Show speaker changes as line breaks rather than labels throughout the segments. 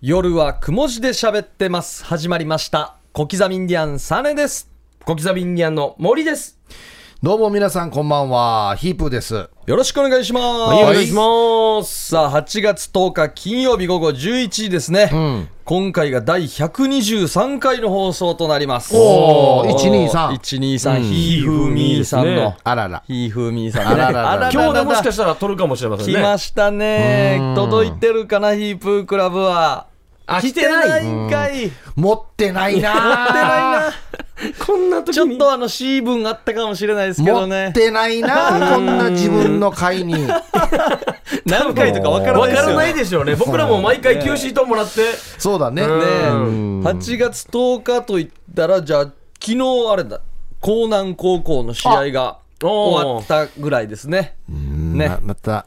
夜はくも字で喋ってます。始まりました。小刻みインディアンサネです。
小刻みインディアンの森です。
どうも皆さんこんばんは、ヒープーです。
よろしくお願いします。
お願いします。
さあ、8月10日金曜日午後11時ですね。今回が第123回の放送となります。
おー123
123、ひーふみーさんの。
あらら。
ひーふみーさんのね。
あらららら
今日でもしかしたら撮るかもしれません
来
ね
ま。したね。届いてるかな、ヒープークラブは。
あ
来てないんかい。
持ってないな
な
こんな 時
ちょっ
に。
とあの、シーブンあったかもしれないですけど
持っ
ね。
てないなこんな自分の会に。
何回とかわからな
わ
い
か
ですよ、
ら
ね。
ないでしょうね。僕らも毎回休止ともらって。
そうだね。
ねえ、
うん
8月10日といったら、じゃあ、昨日あれだ、江南高校の試合が終わったぐらいですね。ね
な。また、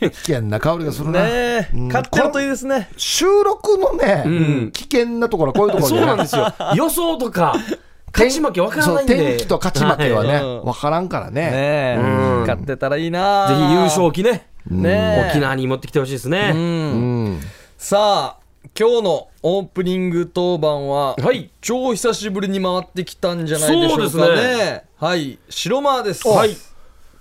危険な香りがする
ね
な。
え、
うん
勝ってるといいですね。
収録のね、危険なところはこういうところ
そうなんです
よ。
よ。 予想とか、勝ち負けわからないんで。
そう天気と勝ち負けはね、
はい
わからんから
ね
ね。
え、
うん
勝ってたらいいな。
はいぜひ優勝旗ね。
ねえ
沖縄に持ってきてほしいです
う。
ね。
うんん。
さあ、今日のオープニング当番は、
はい
超久しぶりに回ってきたんじゃないでしょう
そ
か
う
ね。
です
はい、白間です。
はい。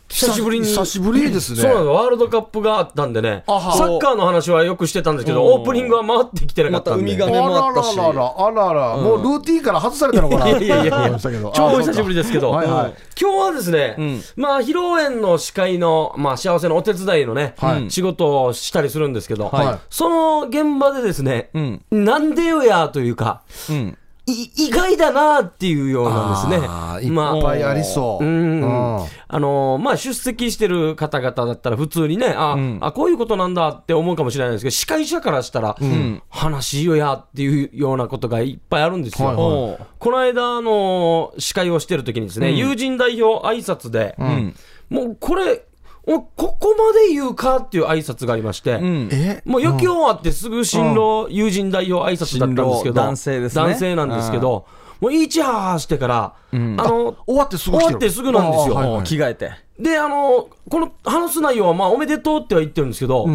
久しぶりに。
久しぶりですね。
そうなんですワールドカップがあったんでね、サ
あは
ッカーの話はよくしてたんですけど、
うん
オープニングは回ってきてなかったんで、
また海が金もあったし
あらららら、あらら、もうルーティンから外されたのかな。
いやい やいやい
思
や
ましたけど
超久しぶりですけど、
はいはい
今日はですね、
うん
まあ、披露宴の司会の、まあ、幸せのお手伝いのね、
はい
仕事をしたりするんですけど、
はい
その現場でですね、
うん。
なんでよやというか、
うん。
い意外だなっていうようなんですね。
あー
ま
いっ
あ
ぱいありそう。
うん
うん
あのーまあ、出席してる方々だったら、普通にね、あ、
うん
あ、こういうことなんだって思うかもしれないですけど、司会者からしたら、
ん
話よやっていうようなことがいっぱいあるんですよ。
はいはい
おう
この間、あのー司会をしてる時にですね、友人代表挨拶で、
うん。
もうこれ、おここまで言うかっていう挨拶がありまして、
うん。
え
もう余興終わってすぐ新郎、友人代表挨拶だったんです
新
け
郎
ど、
男性ですね
男性なんですけど、もうイチハーハーしてから、あの、
終わってすぐ来
終
て
わってすぐなんですよ。
あーはい
おう着替えて。
で、あの、この話す内容は、まあ、おめでとうっては言ってるんですけど、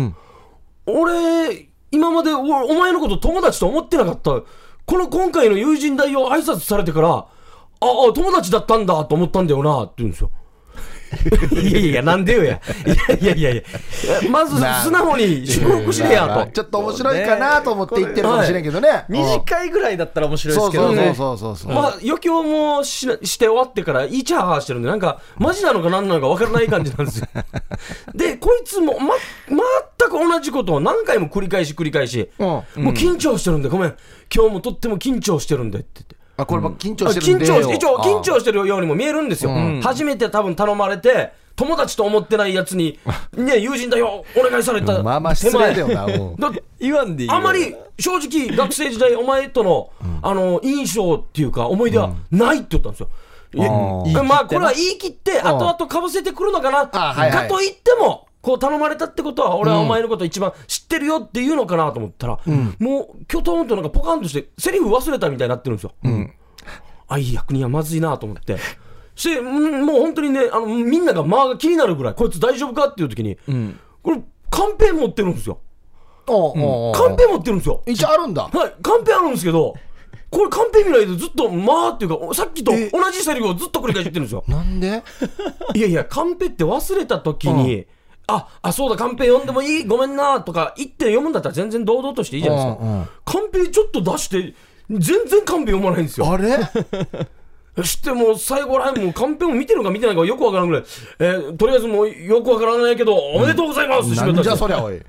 俺、今までおお前のこと友達と思ってなかった。この今回の友人代表挨拶されてから、あ、あ、友達だったんだと思ったんだよな、って言うんですよ。 いやいや、なんでよや。いやいやいやいや、まず
な
素直に祝福しれやと。
ちょっと面白いかなと思って言ってるかもしれんけどね。うん
短いぐらいだったら面白いで
そ
す
う
けど
そう
ね。
そうそうそうそう。
まあ、余興もしなして終わってから、イチャハーしてるんで、なんか、マジなのか何なのか分からない感じなん ですよ。で、こいつも、ま、全く同じことを何回も繰り返し繰り返し、
うん
もう緊張してるんで、ごめん、今日もとっても緊張してるんでって言って。
あこれも緊張
あ
してる
緊
んで
張
よ
して、一応、緊張してるようにも見えるんですよ。初めて多分頼まれて、友達と思ってないやつ に、ね、友人だよ、お願いされ
あー
た。
まあまあ失礼だよな。うん
手前だ
言わんでいいよ
あまり正直、学生時代、お前との,、あの印象っていうか、思い出はないって言ったんですよ。いや
あー
えまあ、これは言い切って、後々かぶせてくるのかな、
あはいはい
かといっても、こう頼まれたってことは、俺はお前のこと一番知ってるよっていうのかなと思ったら、もう、きょとんとなんかポカンとして、セリフ忘れたみたいになってるんですよ。あ、いい役人はまずいなと思って。して、うんもう本当にね、あのみんなが間が気になるぐらい、こいつ大丈夫かっていう時に、これ、カンペ持ってるんですよ。
おうおうおう
カンペ持ってるんですよ。
一応あるんだ。。
はい、カンペあるんですけど、これカンペ見ないでずっと、まあっていうか、さっきと同じセリフをずっと繰り返し言ってるんですよ
なんで？
いやいや、カンペって忘れた時に、あ、あ、そうだ、カンペ読んでもいい、ごめんな、とか言って読むんだったら全然堂々としていいじゃないですか。
うんうん
カンペちょっと出して、全然カンペ読まないんですよ。
あれ？
そしてもう最後らへんもうカンペも見てるのか見てないのかよくわからんぐらい、えーとりあえずもうよくわからないけど、おめでとうございますって
な
締めたん
ん
です
じ
よ
ゃそりゃおい。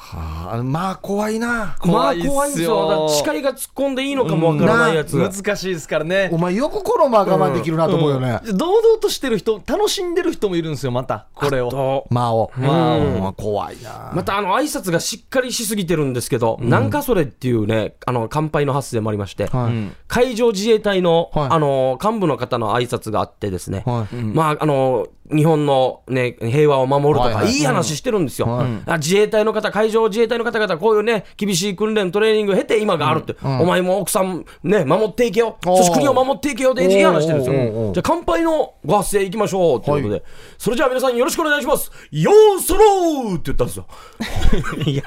はあまあ怖いな。
ま
怖
あ
いっすよ
怖いんですよ。だから誓いが突っ込んでいいのかもわからないやつ。
難しいですからね
お。前よくこのまあ我慢できるなと思うよね。
うん堂々としてる人、楽しんでる人もいるんですよ、また、これを。
と
まあを。
まあを
うん怖いな。
またあの挨拶がしっかりしすぎてるんですけど、なんかそれっていうね、あの乾杯の発声もありまして、
はい
ん
海上自衛隊の,、
はい
あの幹部の方の挨拶があってですね、
は
まああの日本の、ね、平和を守るとか、
はい
い
はい
い、話してるんですよ、
はい
あ自衛隊の方、海上自衛隊の方々、こういうね、厳しい訓練、トレーニングを経て今があるって、お前も奥さん、ね、守っていけよ、
おー
そして国を守っていけよって、いい話してるんです
おーおーお
よ。
ー
じゃあ、乾杯のご発声いきましょうということで、
は
それじゃあ皆さんよろしくお願いします、よーそろーって言ったんですよ。 いや、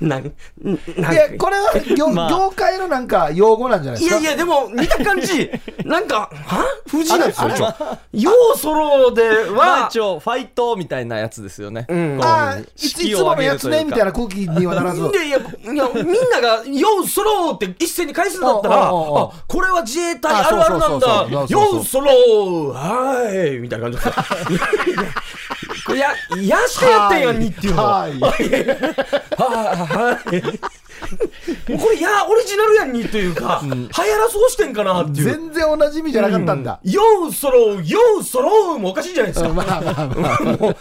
なん、なん
いや、これは業,、業界のなんか用語なんじゃない
い
ですか
やいや、でも、見た感じ、なんか、は藤井なんですよ
あれ
一応。ようソロで
まあ
は
一、応ファイトみたいなやつですよね、
ん
こう
あーいつい
式
つ
を
もの
挙げ
や
る
つ
というか
ねみたいな空気にはならず。
いやいや、いやみんなが、ようソロって一斉に返すんだったら、あ、
おうおうおう
これは自衛隊あるあるなん
あそう
だ
そうそう、そう
ようソロはーい、みたいな感じだった。いや、いやしかやってんやんにっていうの。は
はい
ーい、はい。もうこれ、や、オリジナルやんにというか、流行らそうしてんかなっていう。
全然同じ意味じゃなかったんだ。
ようそろう、ようそろうもおかしいじゃないですか。
まあまあまあ。
もうこんな、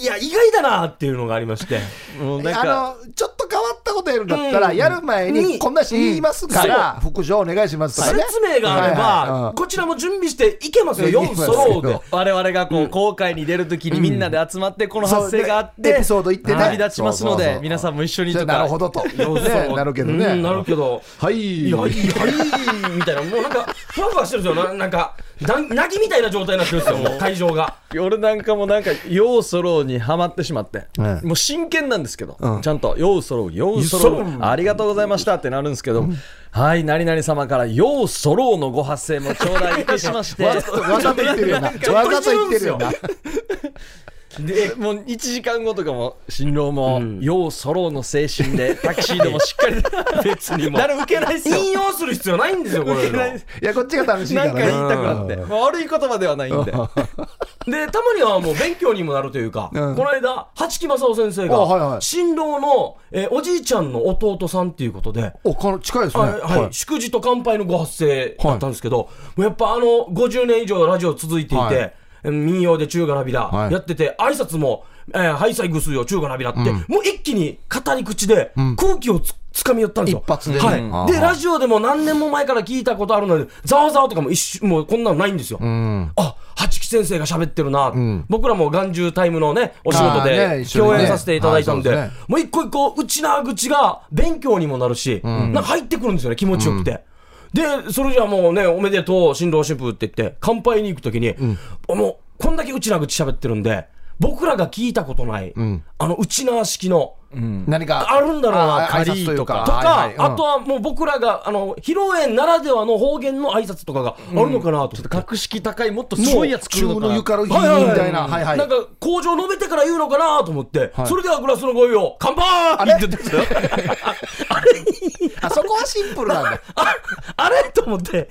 いや、意外だなっていうのがありまして。
もうなんか
あのちょっと変わったことやるんだったら、
うん
やる前
に
にこんなし言いますから、復唱お願いしますとかね
説明があれ
はいは
ば、こちらも準備していけますよ、よ
いうけます
そ
よ
ろうで。
我々がこう公開に出るときにみんなで集まってこの発声があっ
そうね
て
エピソード言ってね
旅立ちますの
そうそう
で
そう
皆さんも一緒
い
に
いじゃ
と
あな
か
るほどと、
ようそろう
ね、なるけどね、
うんなるけど。
はい
いや、いや、いいみたいな、もうなんか、ふわふわしてるんですよ。ななんか、だん泣きみたいな状態になってるんですよ、もう会場が。
俺なんかもなんか「ようそろう」にハマってしまって、
うん
もう真剣なんですけど、
うん
ちゃんと「ようそろうようそろ
よう
う
そろう
ありがとうございました」ってなるんですけど、はい何々様から「ようそろう」のご発声も頂戴いたしまして
わざわざと言ってるよな
ちょっと
わざと言ってるよな
ちで、
もう1時間後とかも新郎も、
うん
ようそろうの精神でタキシードもしっかり
別にもう
誰も受けないですよ
引用する必要ないんですよ、こ
受
れ
けないで
の
す。
いやこっちが楽しいか
な
ら
んか言い
ね
たくなって、
うん
まあ悪い言葉ではないんで
で、たまにはもう勉強にもなるというか、
うん
この間、八木正夫先生
あはいは
が、
い
新郎の、えーおじいちゃんの弟さんっていうことで、
おこの近いですね
はいはい祝辞と乾杯のご発声だったんですけど、もうやっぱあの50年以上ラジオ続いていて、
はい
民謡で中華なびら
はい
やってて、挨拶も、えー、ハイサイグスよ、中華なびらって、もう一気に語り口で空気をつ,、かみ寄ったんですよ。
一発でねうん
はい、で、
あー
ラジオでも何年も前から聞いたことあるので、ざわざわとかも一瞬、もうこんなのないんですよ。
うん
あ八木先生が喋ってるな、僕らも眼中タイムのね、お仕
あ
事
ーね
で
一緒に
共
ね
演させていただいたんで、
はいそうですね
もう一個一個、うちな口が勉強にもなるし、なんか入ってくるんですよね、気持ちよくて。で、それじゃあもうね、おめでとう、新郎新婦って言って、乾杯に行くときに、もう、こんだけうちな口喋ってるんで、僕らが聞いたことない、あの、うちな式の、
何か
あるんだろうな
あー挨拶というか
とか、
はいはいうん
あとはもう僕らが、あの、披露宴ならではの方言の挨拶とかがあるのかなと思って。
格式高いもっとすごいやつ来るの
中
かな
の床の日み
はいはいはい
たいなはいはい
なんか工場述べてから言うのかなと思って、それではグラスのご意を乾杯って言ってたよ
あそこはシンプル なんだ
ああれと思って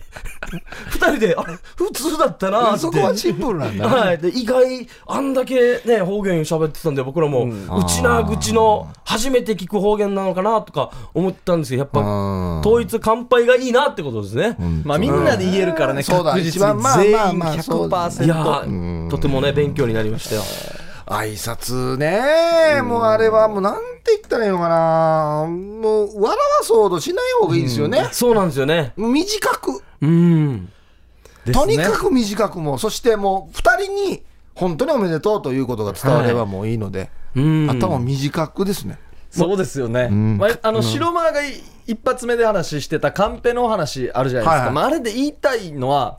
二人であれ普通だったな
あ
って
そこはシンプルなんだ
はい、で意外あんだけね方言喋ってたんで僕らも、うちな口の初めて聞く方言なのかなとか思ったんですけどやっぱ
ん
統一乾杯がいいなってことですね、
まあみんなで言えるからね、
そうだ
確実
一番
に
まあ
全員
まあまあそうだ
いや
100%。
ーとてもね勉強になりましたよ
挨拶ねもうあれはもうなんて言ったらいいのかなもう笑わそうとしない方がいいですよね、
そうなんですよね
短く
うん
とにかく短くもうそしてもう2人に本当におめでとうということが伝わればもういいので、
うん
頭短くですね、
そうですよね、まあ、あの白間がい一発目で話してたカンペの話あるじゃないですか、
はいはい
まあ、あれで言いたいのは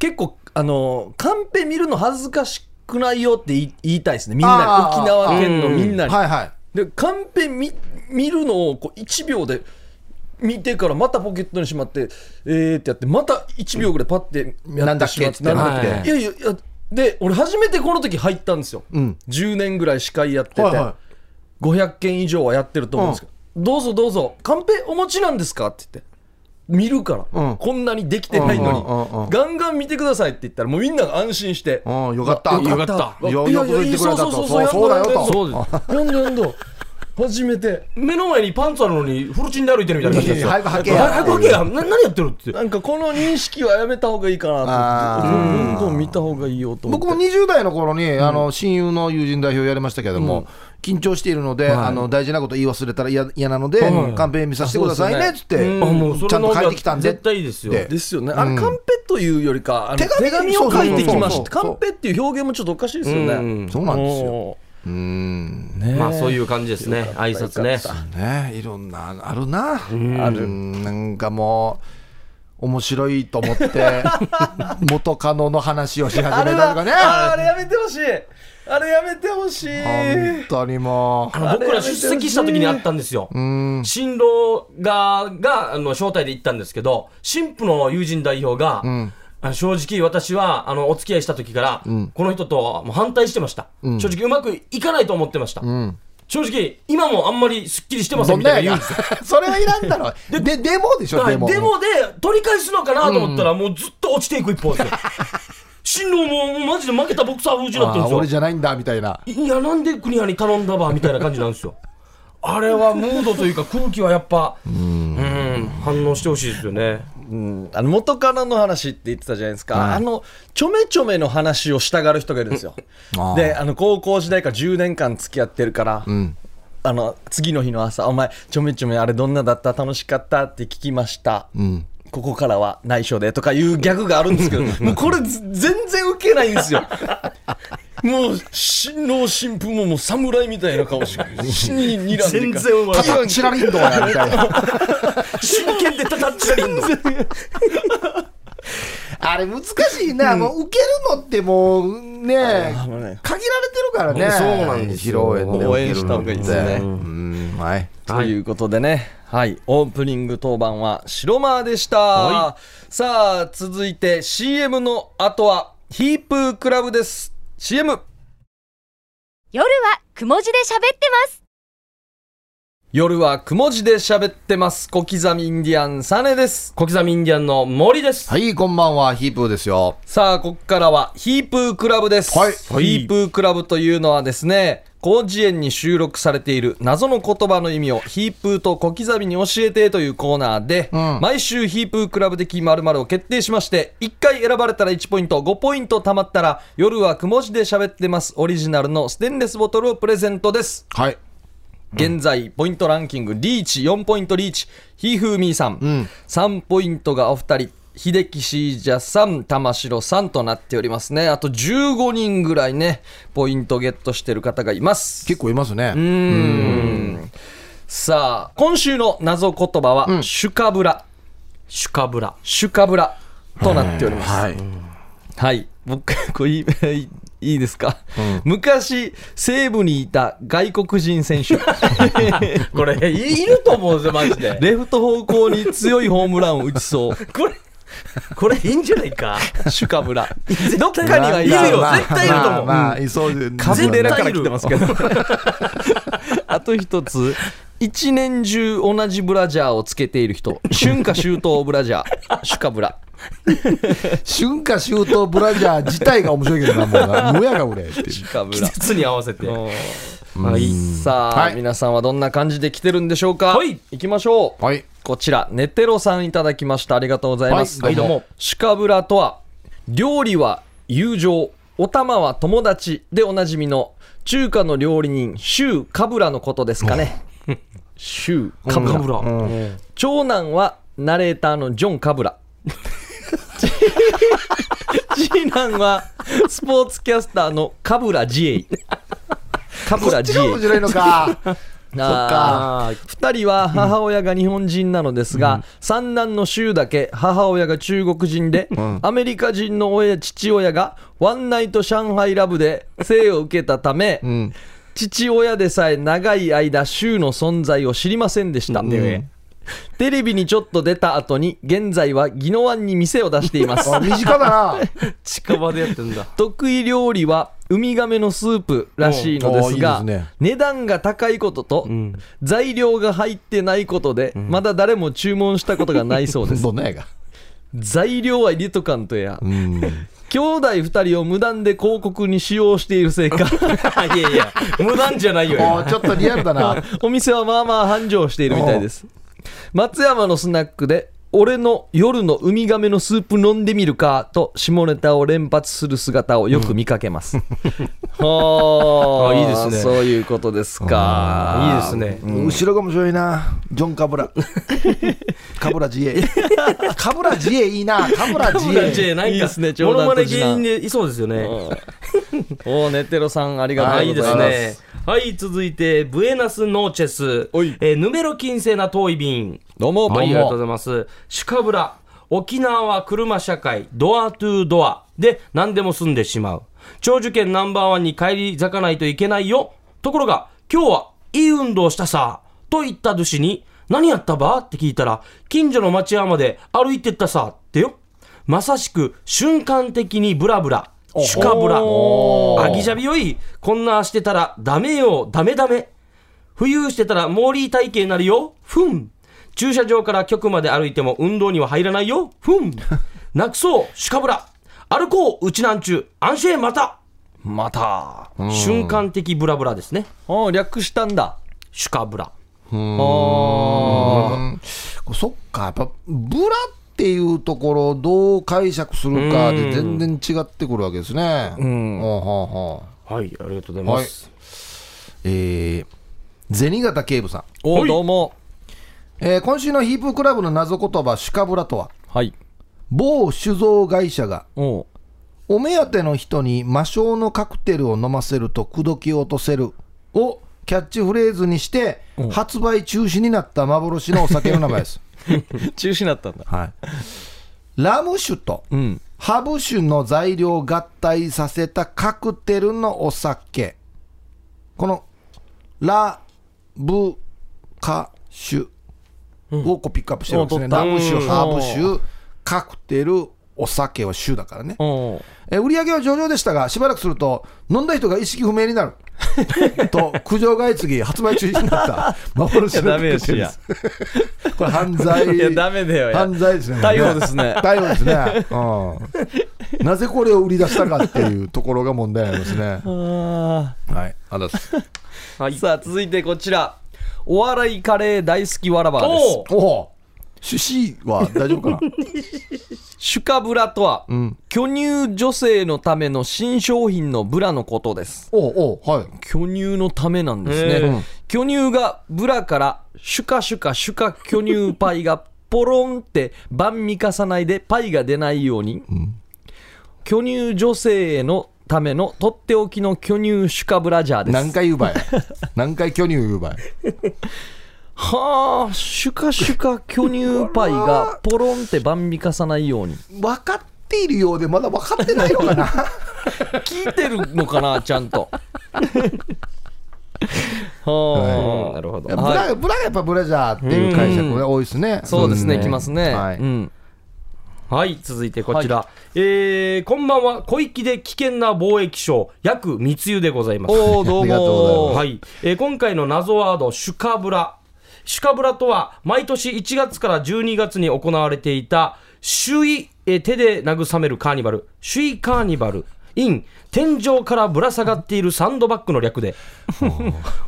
結構あのカンペ見るの恥ずかしくないよって言い言いたいですねみんな
あ
に
ー
沖縄県のみんなに、
はいはい
でカンペ見見るのをこう1秒で見てからまたポケットにしまってえーってやってまた1秒ぐらいパッてやってしまって
なん
だっけ
なん
っ
だ
て
いやいやいやで俺初めてこの時入ったんですよ、
うん
10年ぐらい司会やってて、
はいは
500件以上はやってると思うんですけど、どうぞどうぞカンペお持ちなんですかって言って見るから、
うん
こんなにできてないのに、
うんうんうんうん
ガンガン見てくださいって言ったらもうみんなが安心して、
うんよかった
よかった
よ
いや
よ
い
く
や
言
いい
ってく
そ
れ
う
た
そう
と
そう
そうそうだよと
そうです
なんだなんだ初めて
目の前にパンツあるのにフルチンで歩いてるみたいな感じですよ。
いやいや早く履けや
早く履けや。な何やってるって。
なんかこの認識はやめた方がいいかなと
あ
思ってどんどん見た方がいいよと思って
僕も20代の頃にあの親友の友人代表やりましたけども、緊張しているので、
はい
あの大事なこと言い忘れたら嫌嫌なので、
はい
カンペ見させてくださいねっつって、
そうです
あもうそ
ちゃ
れ
ん
の
と
方が
帰ってきたんで
絶対いいですよ
で
ですよね、
ん
あれカンペというよりか、あの
手紙
を書いてきまし
そうそうそうそう
た、カンペっていう表現もちょっとおかしいですよね。
うん
そうなんですよ。
よ、
うーん
ねえ
まあそういう感じですね挨拶ね
よかっ
ねいろんなあるな
あ
う
る
んなんかもう面白いと思って 元カノの話をし始め
あ
た
れ
りと
は
かね
ああれやめてほしい、あれやめてほしい。
本当にも
あの僕ら出席した時にあったんですよ
ううーん
新郎側があの招待で行ったんですけど新婦の友人代表が、あの正直私はあのお付き合いした時から、この人ともう反対してました、正直うまくいかないと思ってました、正直今もあんまりすっきりしてませ
ど
ん
ん
みたい
なや
な言うん
が
ですよ
それはいらんだろででデモでしょ
はい
デ
デモ
モ
で取り返すのかなと思ったら、もうずっと落ちていく一方 ですよ新郎ももうマジで負けたボクサー風になってる
あ
んで
ー
すよ
俺じゃないんだみたいない
や、なんで国に頼んだばみたいな感じなんですよ。あれはムードというか空気はやっぱ、うん、反応してほしいですよね。
うんあの元カノの話って言ってたじゃないですか、あのちょめちょめの話をしたがる人がいるんですよ
あー
であの高校時代から10年間付き合ってるから、あの次の日の朝「お前ちょめちょめあれどんなだった楽しかった?」って聞きました、ここからは内緒でとかいうギャグがあるんですけどもうこれず全然ウケないんですよもう新郎新婦ももう侍みたいな顔して死に睨んでから
全然うま
た
い。
だチラリンドやみたいな
真剣でたたっちゃうんの。
あれ難しいなもう受けるのってもうね
あのね
限られてるからね
そうなんです
披
よ
露宴で
応援した方がいいですね
受けるのってうんはい
ということでね、はい、オープニング当番は白間でした。さあ、続いて CM の後はヒープークラブです。CM!
夜はくも字で喋ってます。
夜はくも字で喋ってます。小刻みインディアンサネです。
小刻みインディアンの森です。
はい、こんばんは、ヒープーですよ。
さあ、ここからはヒープークラブです。
はい
ヒープークラブというのはですね、広辞苑に収録されている謎の言葉の意味をヒープーと小刻みに教えてというコーナーで、
ん
毎週ヒープークラブ的〇〇を決定しまして、1回選ばれたら1ポイント、5ポイント貯まったら、夜はくも字で喋ってますオリジナルのステンレスボトルをプレゼントです。
はい。
現在、ポイントランキング、リーチ、4ポイントリーチ、ひーふーみーさん、3ポイントがお二人、秀樹しーじゃさん、玉城さんとなっておりますね。あと15人ぐらいね、ポイントゲットしてる方がいます。
結構いますね。
さあ、今週の謎言葉は、シュカブラ、
シュカブラ。
シュカブラとなっております。
はい。
はい。僕、これいい、 いいですか、昔、西部にいた外国人選手。
これ、いいると思うんですよ、マジ で。
レフト方向に強いホームランを打ちそう。
これ、これいいんじゃないか。
シュカブラ。どっかにはい
いるよ
る
まあ
絶対いると思う
まあまあ、いそうで
カズレラ
絶
から
対い
来
る
てますけど。あと一つ。一年中同じブラジャーをつけている人。春夏秋冬ブラジャー。シュカブラ。
春夏秋冬ブラジャー自体が面白いけどな、もうな。無やが俺っていう。
シュカブ
季
ラ。
節に合わせて。
さあ、
はい
皆さんはどんな感じで来てるんでしょうか、
はい
行きましょう。
はい。
こちら、ネテロさんいただきました。ありがとうございます。
はいどうも
シュカブラとは、料理は友情、お玉は友達でおなじみの中華の料理人、シュウカブラのことですかね。シュウカブ
カ
ラ
ブ。ラ。
長男はナレーターのジョン・カブラ。 次男はスポーツキャスターのカブラ・ジエイ。カブ
こ
ラ・
っ
ジ
ち
エイ
が。面白いの か。
あー2人は母親が日本人なのですが、三男の柊だけ母親が中国人で、アメリカ人の親父親がワンナイト上海ラブで生を受けたため、父親でさえ長い間柊の存在を知りませんでした、テレビにちょっと出た後に現在は宜野湾に店を出しています
あ身近だな。
近場でやってんだ。
得意料理はウミガメのスープらしいのですが
うんあーいいですね
値段が高いことと、材料が入ってないことで、まだ誰も注文したことがない そうです
どんなやが。
材料は入れとかんとや、
うん。
兄弟2人を無断で広告に使用しているせいか
いやいや、無断じゃないよ。
お
今
ーちょっとリアルだな。
お店はまあまあ繁盛しているみたいです松山のスナックで俺の夜のウミガメのスープ飲んでみるかと下ネタを連発する姿をよく見かけ ます。は
あいいですね
そういうことですか。
いいですね。
うん後ろが面白いな、ジョン・カブ ラ、カブラ GA、カブラ GA いいな、カブラ
カブラ
GA、
J なんか、
いいですね冗
モノ
談
マネ
とじな
芸人でいそうですよね。
うんおお、ネテロさん、ありが
は
と
い、いういで
ござ
す
います。
ね。はい、続いて、ブエナス・ノーチェス、
おい
えーヌメロ金星な遠い便。
どうも、
はい、あ
ど
りがとうご
うも。
ざいます。シカブラ、沖縄は車社会、ドアトゥードアで何でも済んでしまう。長寿県ナンバーワンに帰り咲かないといけないよ。ところが、今日はいい運動したさ、と言った主に、何やったばって聞いたら、近所の町屋まで歩いてったさ、ってよ。まさしく瞬間的にブラブラ、シュカブラ、アギジャビよい、こんなしてたらダメよ、ダメダメ。浮遊してたらモーリー体型になるよ。ふん。駐車場から局まで歩いても運動には入らないよ。ふ ん。なくそう、シカブラ。歩こう、うちなんちゅう。安心また。
また。
瞬間的ブラブラですね。
おー略したんだ。
シカブラ。
あ
そっか、やっぱブラっていうところをどう解釈するかで全然違ってくるわけですね。うん、はあはあ
はい、ありがとうございます。
えー、銭形警部さん、
おお、どうも。
えー今週のヒープークラブの謎言葉、シュカブラとは、
はい。
某酒造会社が
おう
お目当ての人に魔性のカクテルを飲ませると口説き落とせるをキャッチフレーズにして発売中止になった幻のお酒の名 前です、
中止になったんだ。
はい、ラム酒と
うん。
ハブ酒の材料を合体させたカクテルのお酒このラブカ酒をこうピックアップしてるんですね、
うん
ラム酒
うん
ハブ酒カクテルお酒は酒だからね
おう
えー売り上げは上々でしたが、しばらくすると、飲んだ人が意識不明になる。と、苦情外次、発売中止になった幻
いや
の
ダメよ
カクテルです。これ犯罪。
いや、ダメだよ。いや
犯罪ですね。
逮捕ですね。
逮捕ですね。うん。なぜこれを売り出したかっていうところが問題なんですね。
あ
はい。あだす。
ーさあ、続いてこちら。お笑いカレー大好きわらばで
おう
す。
おお趣旨は大丈夫かな
シュカブラとは、
ん
巨乳女性のための新商品のブラのことです。
おうおうはい。
巨乳のためなんですね、
ええ
うん巨乳がブラからシュカシュカシュカ巨乳パイがポロンって晩見重ないでパイが出ないように、巨乳女性へのためのとっておきの巨乳シュカブラジャーです
何回言うばい。何回巨乳言うばい。
はあシュカシュカ巨乳パイがポロンって晩見重ないように
分かっているようで、まだ分かってないのかな
聞いてるのかなちゃん とはあ、
なるほ
いや
ど。
ブ
は
ラブラがやっぱブラジャーっていう解釈が多いですね。
そうですね、きますね。
は い
うん。
はい、続いてこちら。えー、こんばんは。小粋で危険な貿易商、約密輸でございます。
おお、ど
あ
う
りがとうござい
も。
ます
はい、えー今回の謎ワード「シュカブラ」シュカブラとは毎年1月から12月に行われていた首位、えー手で慰めるカーニバル首位カーニバル in 天井からぶら下がっているサンドバッグの略で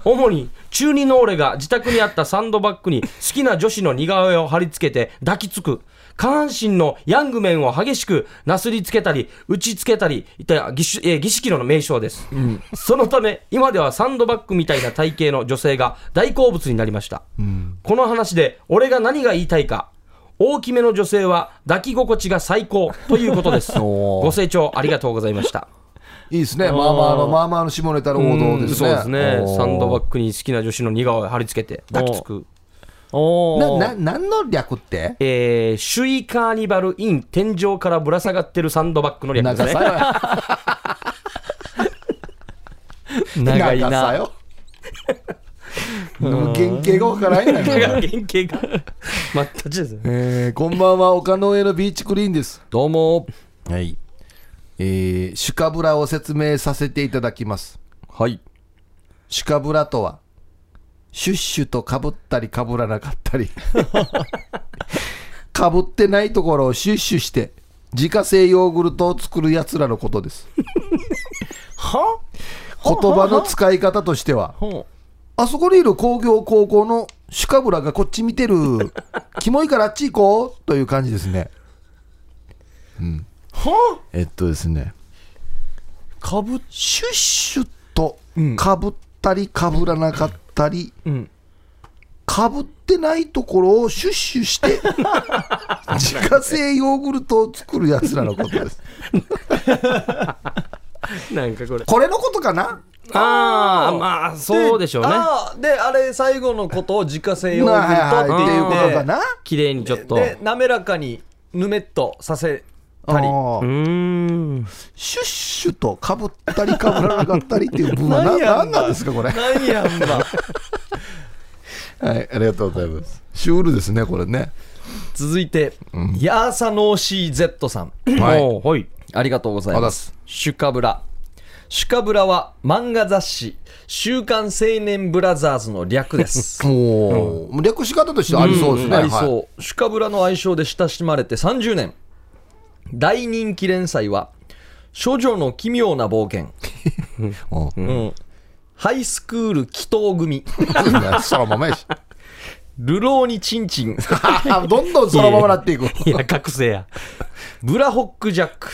主に中二の俺が自宅にあったサンドバッグに好きな女子の似顔絵を貼り付けて抱きつく下半身のヤング面を激しくなすりつけたり打ちつけたりいった儀式えー儀式の名称です、そのため今ではサンドバッグみたいな体型の女性が大好物になりました、この話で俺が何が言いたいか大きめの女性は抱き心地が最高ということです
おー
ご清聴ありがとうございました
いいですね。まあまああのまあまあの下ネタの王道ですね。
そうですね
おー
サンドバッグに好きな女子の似顔絵を貼り付けて抱きつく
おお。
なな何の略って？
えー、首位カーニバルイン天井からぶら下がってるサンドバッグの略です
長
ね。
さよ。
長い
さ
な。
よ。もう原型がわからないんだよ。
原型が全くですね。
えーこんばんは丘の上のビーチクリーンです。
どうも。
はい。えー、シュカブラを説明させていただきます。
はい。
シュカブラとは、シュッシュとかぶったりかぶらなかったり、かぶってないところをシュッシュして、自家製ヨーグルトを作るやつらのことです。
は
言葉の使い方としては、
ほ
あそこにいる工業高校のシュカブラがこっち見てるキモいからあっち行こうという感じですね。うん。
は
えっとですね。
かぶっ
シュッシュッと
うん
かぶったりかぶらなかったり、
うん
かぶってないところをシュッシュして 自家製ヨーグルトを作るやつらのことです。
なんかこれ。
これのことかな
ああ、まあ、そうでしょうね。
ああであれ最後のことを自家製ヨ
な
ー
はい
グルト
はい、
っ
ってて
い
いうう
こ
こととか
で
な。
綺麗にちょっと。
で
う
滑らかにぬめっとさせ
あ
たり
ー
ーん。
シュッシュとかぶったりかぶらなかったりっていう部分はな何なんですかこれ、は
なんやんば
い、ありがとうございますシュールですねこれね
続いて、ヤーサノーシー Z さん
はい
おーはい。
ありがとうござい
あざ
ますす。シュカブラ。シュカブラは漫画雑誌「週刊青年ブラザーズ」の略 です。
もう略し方としてはありそうですね、
ありそう、
はい
シュカブラの愛称で親しまれて30年大人気連載は「処女の奇妙な冒険」
うん
うんハイスクール祈祷組」
そのままやし
「流浪にチンチン」
どんどんそのままなっていく
いや、覚醒や。
「ブラホックジャック」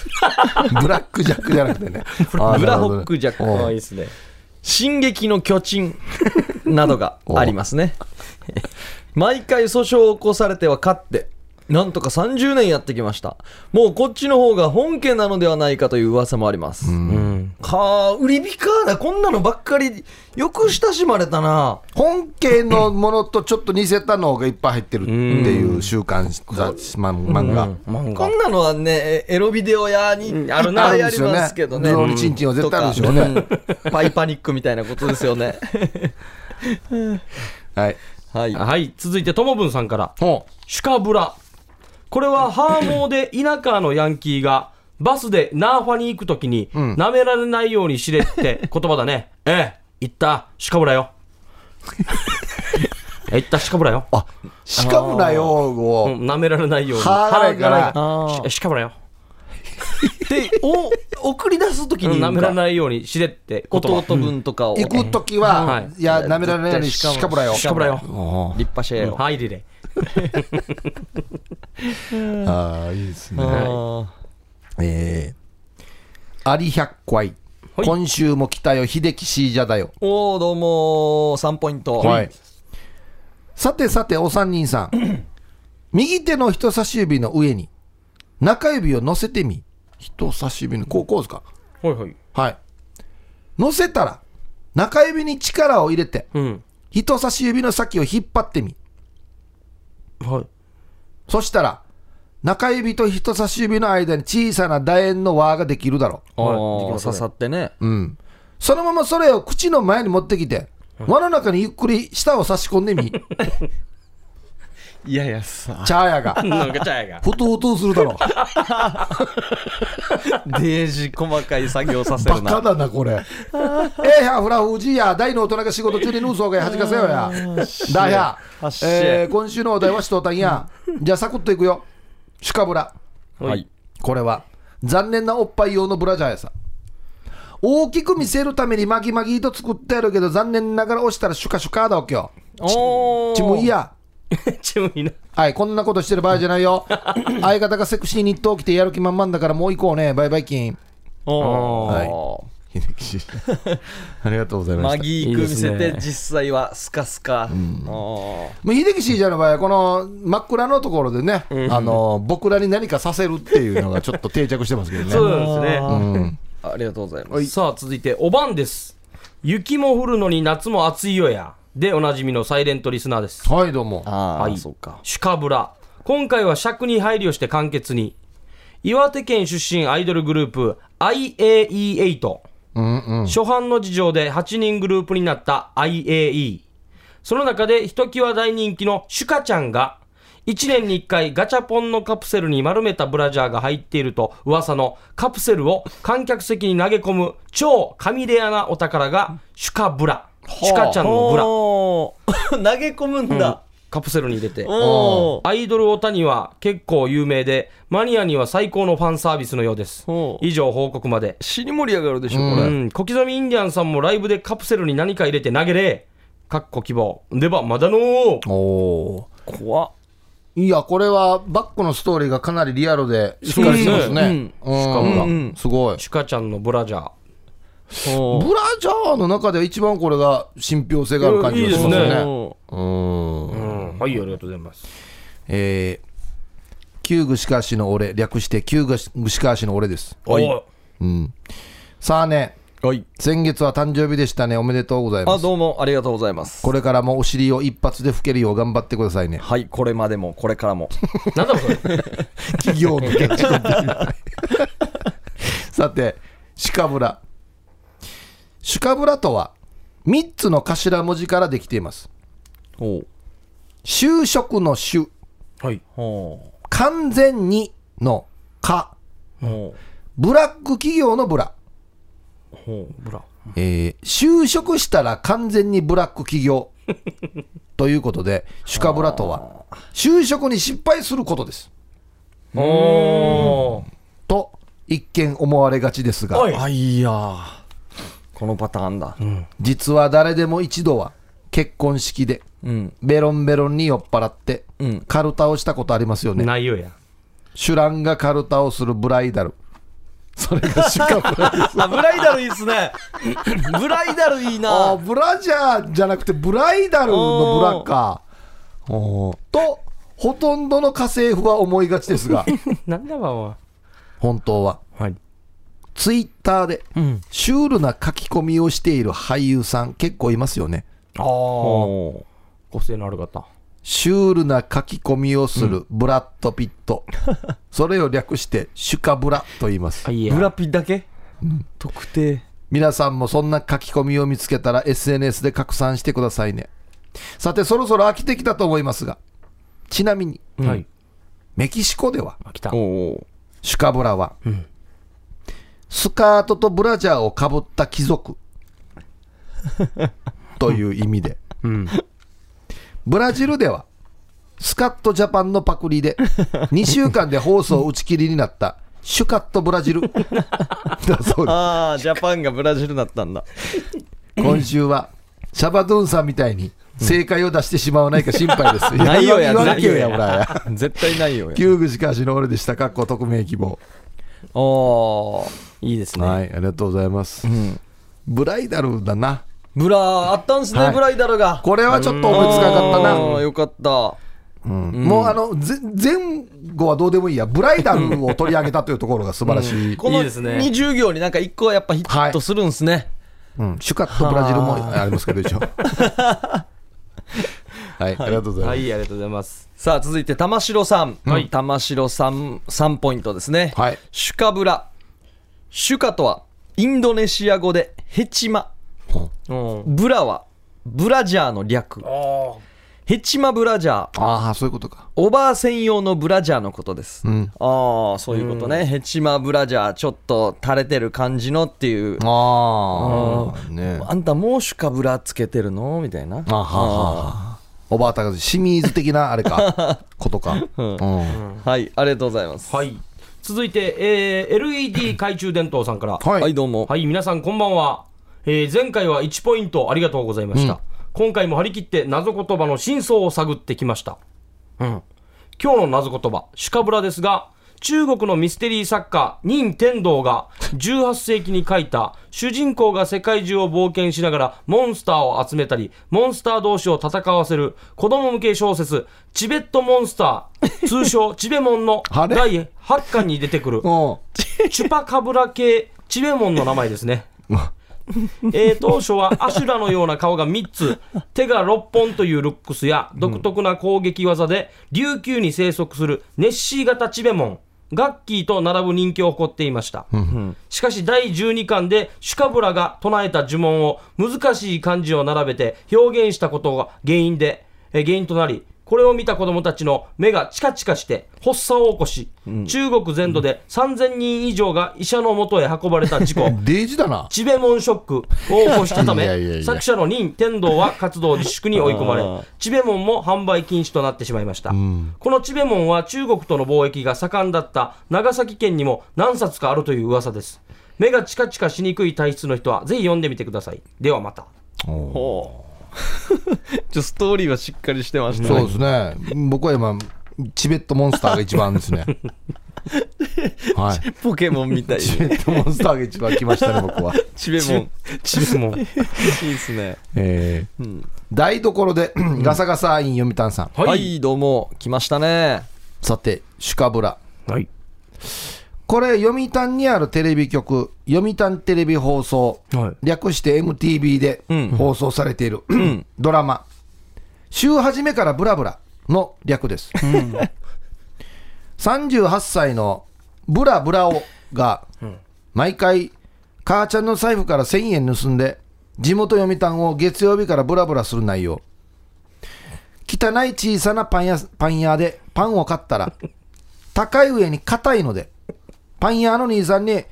ブラックジャックじゃなく てね。あー
ブラホックジャック
なるほど
あ
ね
いいっすね。
「進撃の巨人」などがありますね毎回訴訟を起こされては勝ってなんとか30年やってきましたもうこっちの方が本家なのではないかという噂もあります、
うん。
はあ売り火かなこんなのばっかりよく親しまれたな
本家のものとちょっと似せたのがいっぱい入ってるっていう週刊雑誌漫漫画。
漫
こんなのはねエエロビデオ屋に
あるな
あ
るん
あ
です
り
よね
ますけどね
ゾロリチンチンは絶対あるでしょうね
とかうんパイパニックみたいなことですよね
はい。
はい
はい、続いて、ともぶんさんから。
ほ
シュカブラ。これはハーモーで田舎のヤンキーがバスでナーファに行くときに舐められないようにしれ って言葉だね。ええ、言った、シュカブ ラよ。え言った、シュカブラよ。あ、
う。しかもなよ
う
を。
ん、舐められないように。
はーがらいから
はーがらい
あー
しシュカブラよ。
でお送り出す時
うん
に
舐められ
い
ないようにしれって言
弟
葉。うん
分とかを
行くとき
は
は、
い
いや、舐められないようにしかもらよ。
シュカブラよ。
あ
立派者やよ、
はい、リレ
あー、いいですね。
あ
えーアリ百回。
はい
今週も来たよ、秀樹シージャだよ。
ーおおどうも3ポイント、
はい。さてさて、お三人さん。右手の人差し指の上に、中指を乗せてみ。人差し指の、こう、こうですか
ー。はいはい。
はい。乗せたら、中指に力を入れて、
うん。
人差し指の先を引っ張ってみ。
はい。
そしたら、中指と人差し指の間に小さな楕円の輪ができるだろ
あー
はいできますね
刺さってね
う。うん。そのままそれを口の前に持ってきて、輪の中にゆっくり舌を差し込んで み。
いやいやさ
チャーヤが。
なんかちゃやが。
ふとふとす るだろう。
デージ細かい作業させ
バ
る
カ
な
だな、こ れ。えーや、フラフジや、大の大人が仕事中にヌーソーがやはじかせよや。 だや
あっ、し
えー今週のお題はしとうたんや。じゃあ、サクッといくよ。シュカブラ。
はい
これは、残念なおっぱい用のブラジャーやさ。大きく見せるためにマギマギと作ってあるけど、残念ながら押したらシュカシュカだわけよ。
おー
ちむいや。
チームいな。
はい、こんなことしてる場合じゃない よ。相方がセクシーニットを着てやる気満々だから、もう行こうね。バイバイキン。
おー
は秀樹氏 ありがとうござい
マギーク見せ
いい
て
ですね
実際はスカスカ、おー
もう秀樹 CJ の場合は、この真っ暗のところでね、あの僕らに何かさせるっていうのがちょっと定着してます けどね。
そうなんですね。
うん
ありがとうございます、
さあ続いておばんです雪も降るのに夏も暑いよやでおなじみのサイレントリスナーです
はい、どうも。
ああ、
はい
そうか
シュカブラ今回は尺に配慮して簡潔に岩手県出身アイドルグループ IAE8
うんうん。
初版の事情で8人グループになった IAE その中でひときわ大人気のシュカちゃんが1年に1回ガチャポンのカプセルに丸めたブラジャーが入っていると噂のカプセルを観客席に投げ込む超神レアなお宝がシュカブラシュカちゃんのブラ
おー 投げ込むんだ、
カプセルに入れて
おー
アイドルオタには結構有名でマニアには最高のファンサービスのようです
ほう
以上報告まで
死に盛り上がるでしょこれ、
うん、小刻みインディアンさんもライブでカプセルに何か入れて投げれ。かっこ希望。でば、まだのー
おお。
怖っ
いや、これはバックのストーリーがかなりリアルで、しっかりしてますね。うん
しかも
な
すごい。
シュカちゃんのブラジャー。
お
ブラジャーの中では一番これが信憑性がある感じがしますよ
いいです
ね。
お
うん
うん。はい、ありがとうございます。
えー旧具しかしの俺、略して旧具しかしの俺です。
はい
お
うん。さあね、
はい
先月は誕生日でしたね。おめでとうございま
あ
す。
どうもありがとうございます
これからもお尻を一発で吹けるよう頑張ってください ね。
はいこれまでもこれからも
なんだろう、それ。
企業のキャッチコピー さて、シカブラ。シカブラとは、3つの頭文字からできています。
おう
就職の就、
はい。
お
完全にのか、
うおう
ブラック企業のブラ。
ほう、ブラ。
えー就職したら完全にブラック企 業。ということで、シュカブラとは、就職に失敗することです。
お
と、一見思われがちですが、
はい。
あいやーこのパターンだ
実は誰でも一度は結婚式で
うん
ベロンベロンに酔っ払って、
うん
カルタをしたことあります よね
内容や。
シュランがカルタをするブライダルそれがシュカブラです
あブライダルいいっすね ブライダルいい
あ
な
ーブラジャーじゃなくてブライダルのブラかおーとほとんどの家政婦は思いがちですが
なんだわ、お
本当は
前はい。
ツイッターで
うん
シュールな書き込みをしている俳優さん結構いますよね
ああ。
おう
個性のある方。
シュールな書き込みをするブラッド・ピット、それを略してシュカブラと言います
い
ブラピだけ特定
皆さんもそんな書き込みを見つけたら SNS で拡散してくださいねさてそろそろ飽きてきたと思いますがちなみに
はい。
メキシコでは
あ、来た。
お
は
う
シュカブラは、スカートとブラジャーをかぶった貴 族という意味で、ブラジルではスカットジャパンのパク リで2週間で放送打ち切りになったシュカットブ ラジルだそうで
ああジャパンがブラジルだったんだ
す今週はシャバドゥンさんみたいに正解を出してしまわないか心配で す。
ないよや
言わなきゃ
ないよ
や、
や
ほら。
絶対ないよ
旧口かしの俺でした。かっこ匿名希望。
おいいです
はい、ありがとうございます。ブライダルだな。
ブラあったんすね、
はい
ブライダルが
これはちょっと思いつかなかった
あー
な。
よかった
うんもうあの、ぜ前後はどうでもいいや。ブライダルを取り上げたというところが素晴らしい。
この
いいですね
20行になんか1個はやっぱヒットするんすね、
うんシュカットブラジルもありますけど、一応。 はい、ありがとうございます。
い、ありがとうございます。
さあ続いて玉城さん、
はい
玉城さん3ポイントですね、
はい
シュカブラシュカとはインドネシア語でヘチマ
うん。
ブラはブラジャーの略
あ
ヘチマブラジャー
ああ、そういうことか。
おばあ専用のブラジャーのことです、
うん。
ああそういうことね、ヘチマブラジャーちょっと垂れてる感じのっていう
ああ、ね
あんたもうシュカブラつけてるのみたいな
あはははおばあたが清水的なあれ か、ことか。うん
はいありがとうございます
あ。はい。続いて、えー、LED 懐中電灯さんから。
は
はいい。
どうも
はい、皆さんこんばんは。えー前回は1ポイントありがとうございました。今回も張り切って謎言葉の真相を探ってきました。うん。今日の謎言葉、シュカブラですが、中国のミステリー作家、任天堂が18世紀に書いた主人公が世界中を冒険しながらモンスターを集めたり、モンスター同士を戦わせる子供向け小説、チベットモンスター、通 称チベモンの
あれ
第8巻に出てくる
うん
チュパカブラ系チベモンの名前ですね。えー当初はアシュラのような顔が3つ、手が6本というルックスや独特な攻撃技で、琉球に生息するネッシー型チベモン、ガッキーと並ぶ人気を誇っていました。しかし第12巻でシュカブラが唱えた呪文を難しい漢字を並べて表現したことが原因で、えー原因となり、これを見た子供たちの目がチカチカして発作を起こし、中国全土で3000人以上が医者のもとへ運ばれ た事故、
デイジだな。
チベモンショックを起こしたため
いやいやいや
作者の任天堂は活動自粛に追い込ま
あー
れチベモンも販売禁止となってしまいました、このチベモンは中国との貿易が盛んだった長崎県にも何冊かあるという噂です目がチカチカしにくい体質の人はぜひ読んでみてくださいではまた
ほうちょストーリーはしっかりしてました
そう
ね
ですね。僕は今、チベットモンスターが一番 ですね。はい。
ポケモンみ たい
チベットモンスターが一番来ましたね、僕は。
チベモン
チベモン。
いいっすね
えー台所でガサガサイン読谷さん。
はい、
はい。
どうも来ましたね
さて、シュカブラ。
はい。
これ、読谷にあるテレビ局、読谷テレビ放送、
はい
略して MTV で放送されている、 ドラマ、週初めからブラブラの略です。38歳のブラブラオが、毎回、母ちゃんの財布から1000円盗んで、地元読谷を月曜日からブラブラする内容。汚い小さなパン屋パン屋でパンを買ったら、高い上に硬いので、パン屋の兄さんに、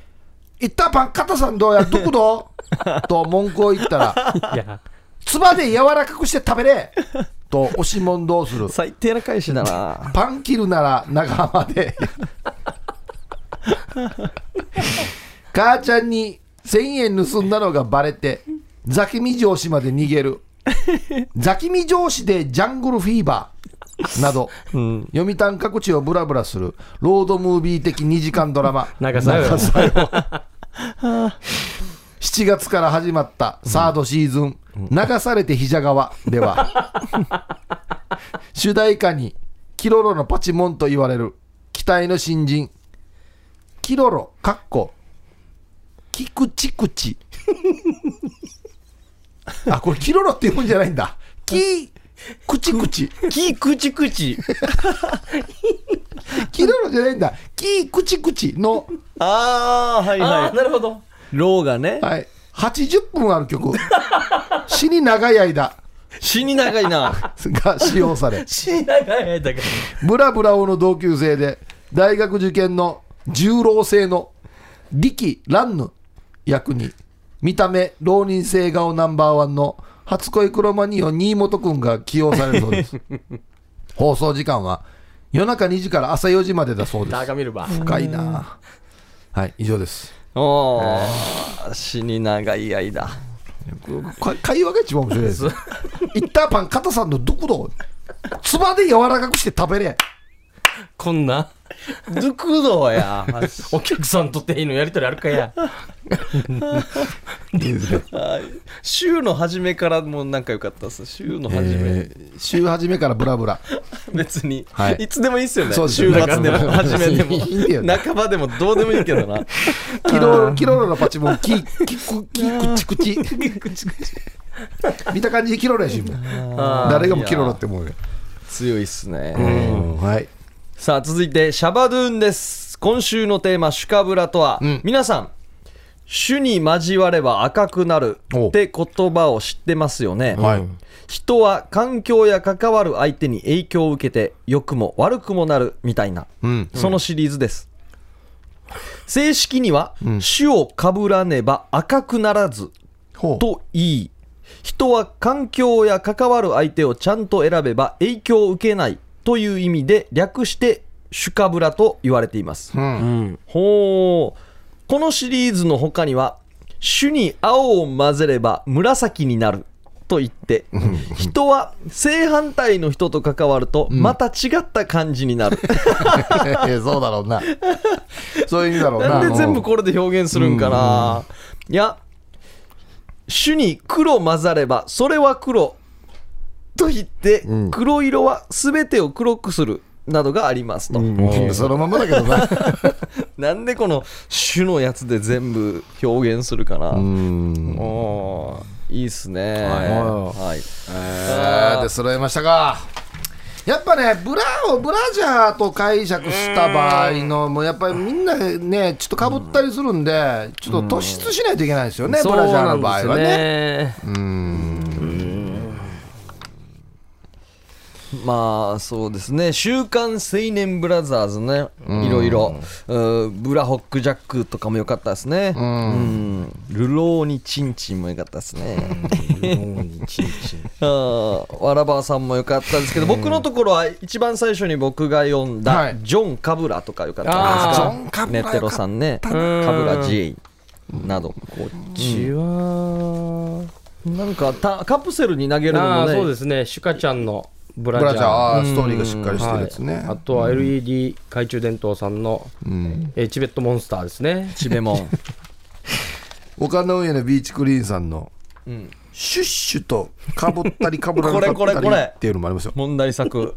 いったパン硬さんどうや、どこどうと文句を言ったら、
いや、
唾で柔らかくして食べれと押し問答する。
最低な返しだ な
パン切るなら長浜で。母ちゃんに1000円盗んだのがバレて、ザキミ城市まで逃げる。ザキミ城市でジャングルフィーバーなど、読谷各地をブラブラするロードムービー的2時間ドラマ。
長さよ
長さよ 7月から始まったサードシーズン「流されて膝川」では 主題歌にキロロのパチモンと言われる期待の新人キロロかっこキクチクチ あこれキロロって言うんじゃないんだキクチクチ
キクチクチ
キロロじゃないんだキクチクチの、
ああはい
あ
は
あ、なるほど。
いローがね
はい、80分ある曲死に長い間
死に長いな
が使用され
死長いだか
ブラブラオの同級生で大学受験の重労生の力蘭ヌ役に見た目浪人性顔ナンバーワンの初恋クロマニオ新本くんが起用されるそうです放送時間は夜中2時から朝4時までだそうで
ら。
す
長見るば。
深いなあはい以上です
おー死に長い間
か会話が一番面白いですいったパン肩さんのどこどつばで柔らかくして食べれ
こんな、
どこぞ や
お客さんと店員のやりとりあるかや。
いいですね
週の初めからもうなんか良かったっす週の初め、
えー週初めからブラブラ
別に、
はい
い、つでもいいっすよね
そうです
週
よ
末でも
だから
初めでも
いいんだよね
半ばでもどうでもいいけど な
キロキロロのパチモンキキクキクチクチ見た感じキロロやし誰がもキロロって思うよ
強いっすね、
うんはい
さあ続いてシャバドゥーンです今週のテーマ「シュカブラ」とは、
ん
皆さん「種に交われば赤くなる」
お
って言葉を知ってますよね、
はい
人は環境や関わる相手に影響を受けて良くも悪くもなるみたいな、
うん
そのシリーズです、正式には「種をかぶらねば赤くならず」
ほう
と言い人は環境や関わる相手をちゃんと選べば影響を受けないという意味で略して「シュカブラ」と言われています、
うん
ほうこのシリーズの他には種に青を混ぜれば紫になると言 って人は正反対の人と関わるとまた違った感じになる、
いやそうだろうなそういう意味だろうな
なんで全部これで表現するんかな、いや種に黒混ざればそれは黒と言って
ん
黒色は全てを黒くするなどがありますと、
うんそのままだけどな
なんでこの種のやつで全部表現するかな、
うん
おーいいっすね
はい
はい
えーで揃えましたかやっぱねブラをブラジャーと解釈した場合のもうやっぱりみんなねちょっとかぶったりするんでちょっと突出しないといけないですよね、ブラジャーの場合はね
ね。
まあそうですね「週刊青年ブラザーズね」いろいろうーブラホック・ジャックとかも良かったですねうんルローニ・チンチンも良かったですね あーわらばーさんも良かったですけど僕のところは一番最初に僕が読ん
は
だ
い
「ジョン・カブラ」とか良かったです
あー
か
ジョンカブ
ネ
ラ良かった
テロさんね「カブラ J」などこ
ちは。
うなんかたカプセルに投げるの
あ
も
あ、そう
ね
ですね。シュカちゃんの。
ブ
ブ
ラ
ラ
ジ
ジ
ャ
ャー
ー。
あーストーリーがしっかりしてるやつね、
はいあとは LED 懐中電灯さんの、えーチベットモンスターですね。
ちべも ん
丘の上のビーチクリーンさんの、シュッシュとかぶったりかぶらな
こ
か
れ
った
これこ
り
れ
っていうのもありますよ
問題作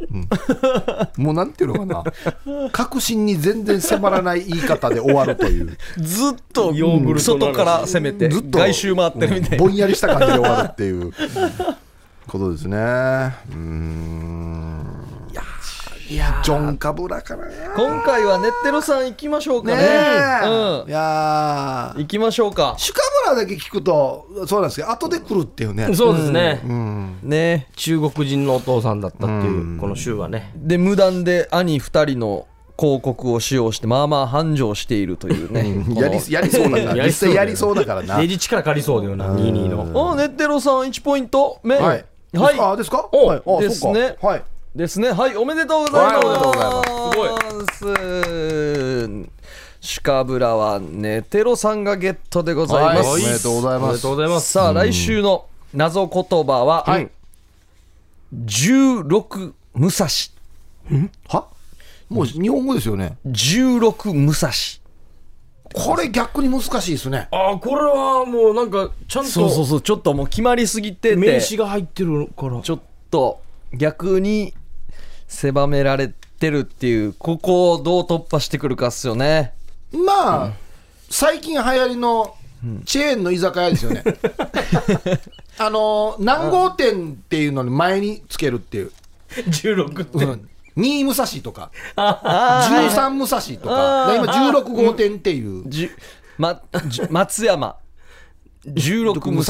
もうなんていうのかな確信に全然迫らない言い方で終わるという
ずっと
ヨーグルトの
外
話
から攻めて
ずっと
外周回ってるみたい
ぼ
なん
やりした感じで終わるっていうことですねうーんいやジョン・カブラかなね
今回はねってろさん行きましょうかね
え、
うん
いやー
行きましょうか
シュカブラだけ聞くとそうなんですけど後で来るっていうね
そうですね、
ね
中国人のお父さんだったっていう、この州はね。
で無断で兄2人の広告を使用してまあまあ繁盛しているというね
やりやりそうだな
や
実
りそうだよ
際やりそうだからな
レジ力借りそうだよな、22の。
おねってろさん1ポイント目
はい。
はい
あ、ですか。
お
はいあ
です
そうか
ね
はい。
ですね。はい、おめでとうございます。
はい
おめでとうございます。シュカブラはねテロさんがゲットでございます。
おめでとうござい
おめ
ま
ですとう。ございます。
さあ、来週の謎言葉は、
はい
16武蔵。
は。もう日本語ですよね。
16武蔵。
これ逆に難しいですね。
ああ、これはもうなんか、ちゃん
そうそう
と
そう、ちょっともう決まりすぎてて、
名詞が入ってるから。
ちょっと逆に狭められてるっていう、ここをどう突破してくるかっすよね。
まあ、最近流行りのチェーンの居酒屋ですよね。あのー南郷店っていうのに前につけるっていう。
16って。
うん二武蔵とか、
あー
十三武蔵とか、で今十六号店っていう。
じゅま、じゅ松山16武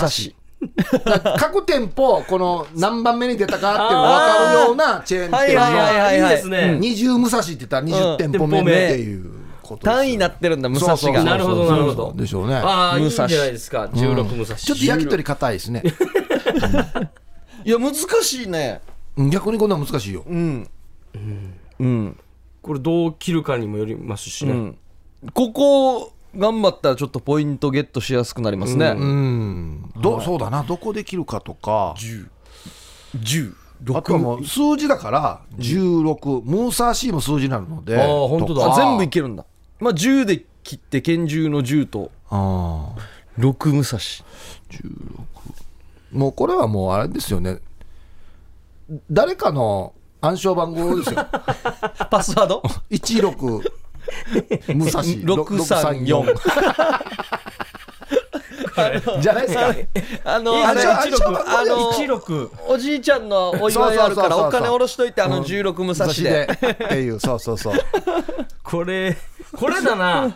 蔵
だから各店舗、この何番目に出たかっていうのが分かるようなチェーン
はい
店
はい
の
はいはい
い
はい
ですね
20武蔵って言ったら
うん
20店舗
店舗
目っ
目
ていうことですよ
単位になってるんだ武蔵
そうそうそう
が
なるほどなるほど
でしょうね
ああ、いいん
武
じ
蔵
ゃないですか、16武蔵。
ちょっと焼き鳥硬いですね
いや難しいね
うん逆にこんなの難しいよ
うんうん
これどう切るかにもよりますしね。
んここを頑張ったらちょっとポイントゲットしやすくなりますね、
うんどそうだなどこで切るかとか
10
あとはもう数字だから16ムーサーシーも数字になるので
あー本当だ
と
あ
か
全部いけるんだまあ10で切って拳銃の10と
あ
6武蔵
ーもうこれはもうあれですよね誰かの暗証番号です よ
パスワー ド
16武蔵
634
じゃないですか
あの
あれ
ね
あれ
あの
16。
おじいちゃんのお祝いあるからお金下ろしといてあの16武蔵
差しで
で
っていうそうそうそう
これ、これだ な。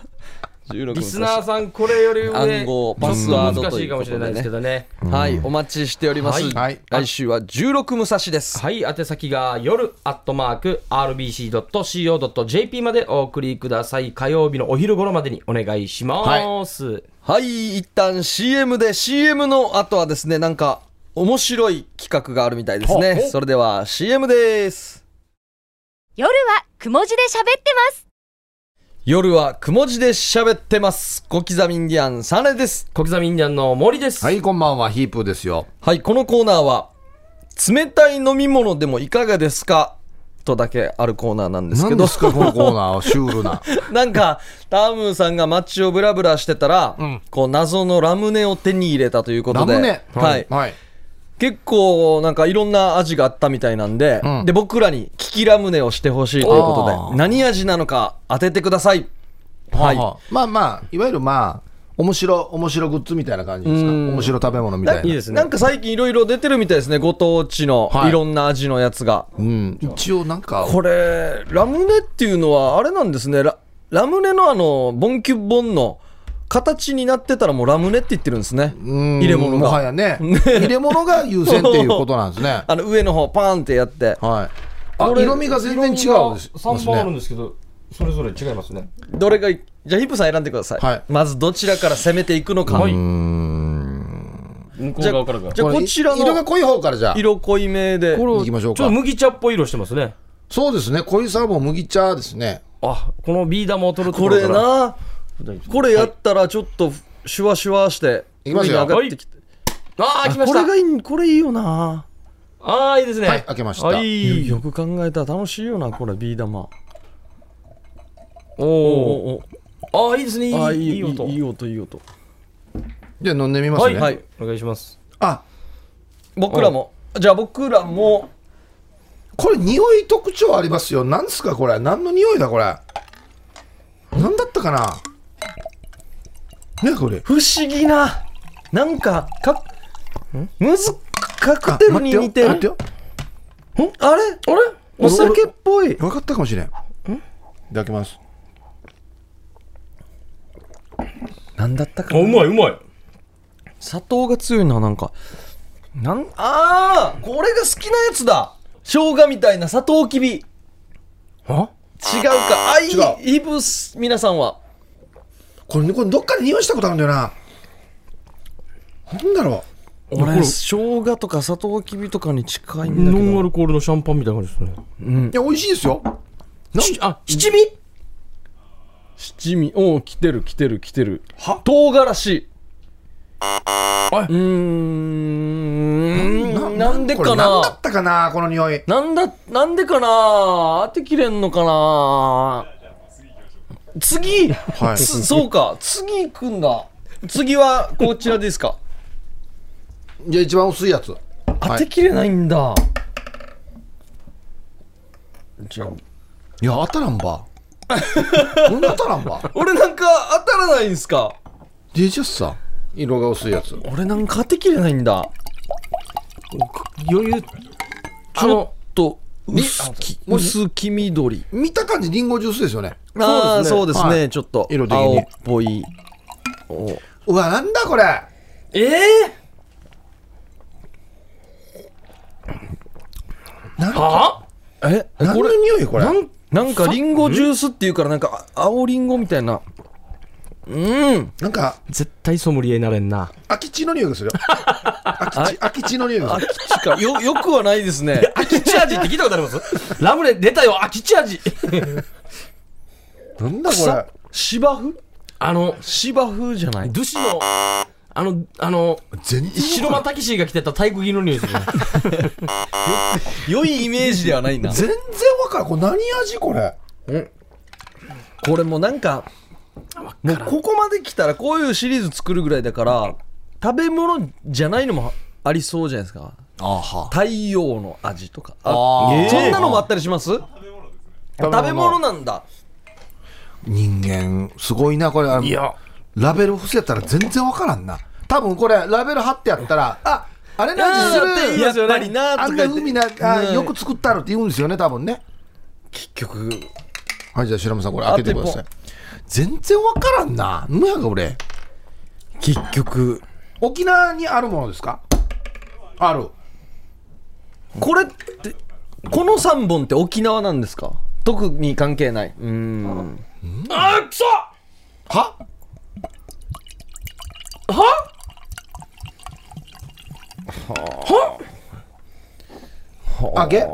16
リスナーさん、これより上、
暗
ちょ
号
っ
パスワ
と
ード
難
と
し
い
いうか
こ
もし
とで
れないですけどね。
はいお待ちしております、
はい
来週は16武蔵です、
はい、宛先が夜アットマーク RBC.CO.JP までお送りください。火曜日のお昼頃までにお願いします。
はい一旦 CM で CM の後はですねなんか面白い企画があるみたいですねそれでは CM です
夜はくも字で喋ってます
夜はくも字で喋ってます小刻みインディアンサネです
小刻みインディアンの森です。
はい、こんばんは、ヒープーですよ。
はいこのコーナーは冷たい飲み物でもいかがですかとだけあるコーナーなんですけ
何
ど
ですか、このコーナー、シュー ルな。
なんかタームーさんが街をブラブラしてたら、こう謎のラムネを手に入れたということ
ラ
で
ムネ。
はい
はい。
結構なんかいろんな味があったみたいなんで、
うん
で僕らにキキラムネをしてほしいということ
あ
で
ー
何味なのか当ててくださいは
はいい。まあまあ、いわゆるまあ、面白、面白グッズみたいな感じですか。面白食べ物みたいな。
す
なんか最近いろいろ出てるみたいですねご当地の
はい
いろんな味のやつが、
うん。一応なんか、
これラムネっていうのはあれなんですねララムネのあのボンキュッボンの形になってたらもうラムネって言ってるんですね
うん
入れ物
もは
が 。
やね、入れ物が優先っていうことなんですね
あの上の方パーンってやって
はい。あ、色味が全然違うです。
3本あるん
ね
ですけど、それぞれ違いますね。
どれがいじゃあヒップさん選んでください、
はい
まずどちらから攻めていくのか、
はいう
ーん。
向こう
じゃ
側
あ
からか。
じゃあこちら
色が
の
濃い方からじゃあ。
色濃いめで
行きましょう
ちょっ
か
と。麦茶っぽい色してますね。
そうですね、濃いサーモン麦茶ですね。
あ、このビー玉を取ると
こ
ころ
れ
から。
なこれやったらちょっとシュワシュワして
いきます
上
よ
に上がってきて
ああ、来まし
こ
た
れ。がいいこれいいよな
ああ、いいですね。
はい、開けました。
あいい
よく考えたら楽しいよなこれビー玉
お
お
お
お
ああ、いいですね。いい
おあいい
い
い
い
い
音
いい音いい音
じゃあ飲んでみますね。
はいはい
お願いします。
あ、
僕らもじゃあ僕らも
これ匂い特徴ありますよ。なんですかこれ。何の匂いだこれ。なんだったかな。ねこれ。
不思議ななんかかむずカ
あ
クテルに似てる
待ってよ。
あれあれお酒っぽい
分かったかもしれん。いただきます。
なんだったか
あうまいうまい。
砂糖が強いななんかなんああこれが好きなやつだ生姜みたいな砂糖きび違う
あ
かあい
違
いぶす皆さんは
これこれどっかで匂いしたことあるんだよな。なんだろ
俺生姜とか砂糖きびとかに近いんだ
ノ
け
ンア
ど
ルコールのシャンパンみたいな感じですね。
う。いや美味しいですよ。
しあ、七味
七味おお来てる来てる来てる
は
唐辛子
あ
うーんなんで
こ
か
れなんだ
な
ったかなこの匂い。
なんだなんでかな当てきれんのかな次
はい。
つそうか次行くんだ次はこちらですか
じゃあ一番薄いやつ。
当
は
て
い。
きれないんだ、じゃあ
いや当たら んば。こんな当たらんば。
俺なんか当たらないんすか
でじゃあさ色が薄いやつ。
俺なんか当てきれないんだ
余裕。
ちょっと
り
薄き
あもう
薄黄緑
見た感じリンゴジュースですよね。
ああ
そ
そうう
で
ですす
ね
ね、
はい
ちょっと
色的に
青っぽいお
うわなんだこれ。
ええ
なん
はあ
え
何
こ
の
れ
匂いこれ。
なんなんかリンゴジュースっていうからなんかあ青リンゴみたいなうん
なんか
絶対ソムリエになれんな。
空き地の匂いがする。空き地空き地の匂いが
あ
する。
吉かよよくはないですね
空き地味って聞いたことあります ラムネ出たよ、空き地味。
なんだこ
草
れ。
芝生
あの、
芝生じゃない
ドゥシの、あの、あの、
全然
白間武史が着てた体育着の匂いですね。
良いイメージではないな
全然わからん。これ何味これ。
これもなんかもうここまで来たらこういうシリーズ作るぐらいだから食べ物じゃないのもありそうじゃないですか
あは。
太陽の味とか
あー
そんなのもあったりします食べ
食べ
物
物
なんだ
人間すごいなこれ。あの
いや、
ラベル伏せたら全然わからんな。多分これラベル貼ってやったらああれなん
や
でする。
います
っ
よね
ぱりなと
あ
か
ん
言
な
って
海なあ
ね
よく作ったろって言うんですよね多分ね。
結局
はいじゃあ白間さんこれ開けてください。全然わからんな。無やが俺。
結局
沖縄にあるものですかある
これってこの3本って沖縄なんですか特に関係ないうーん
あー、くそ
は
は
あげ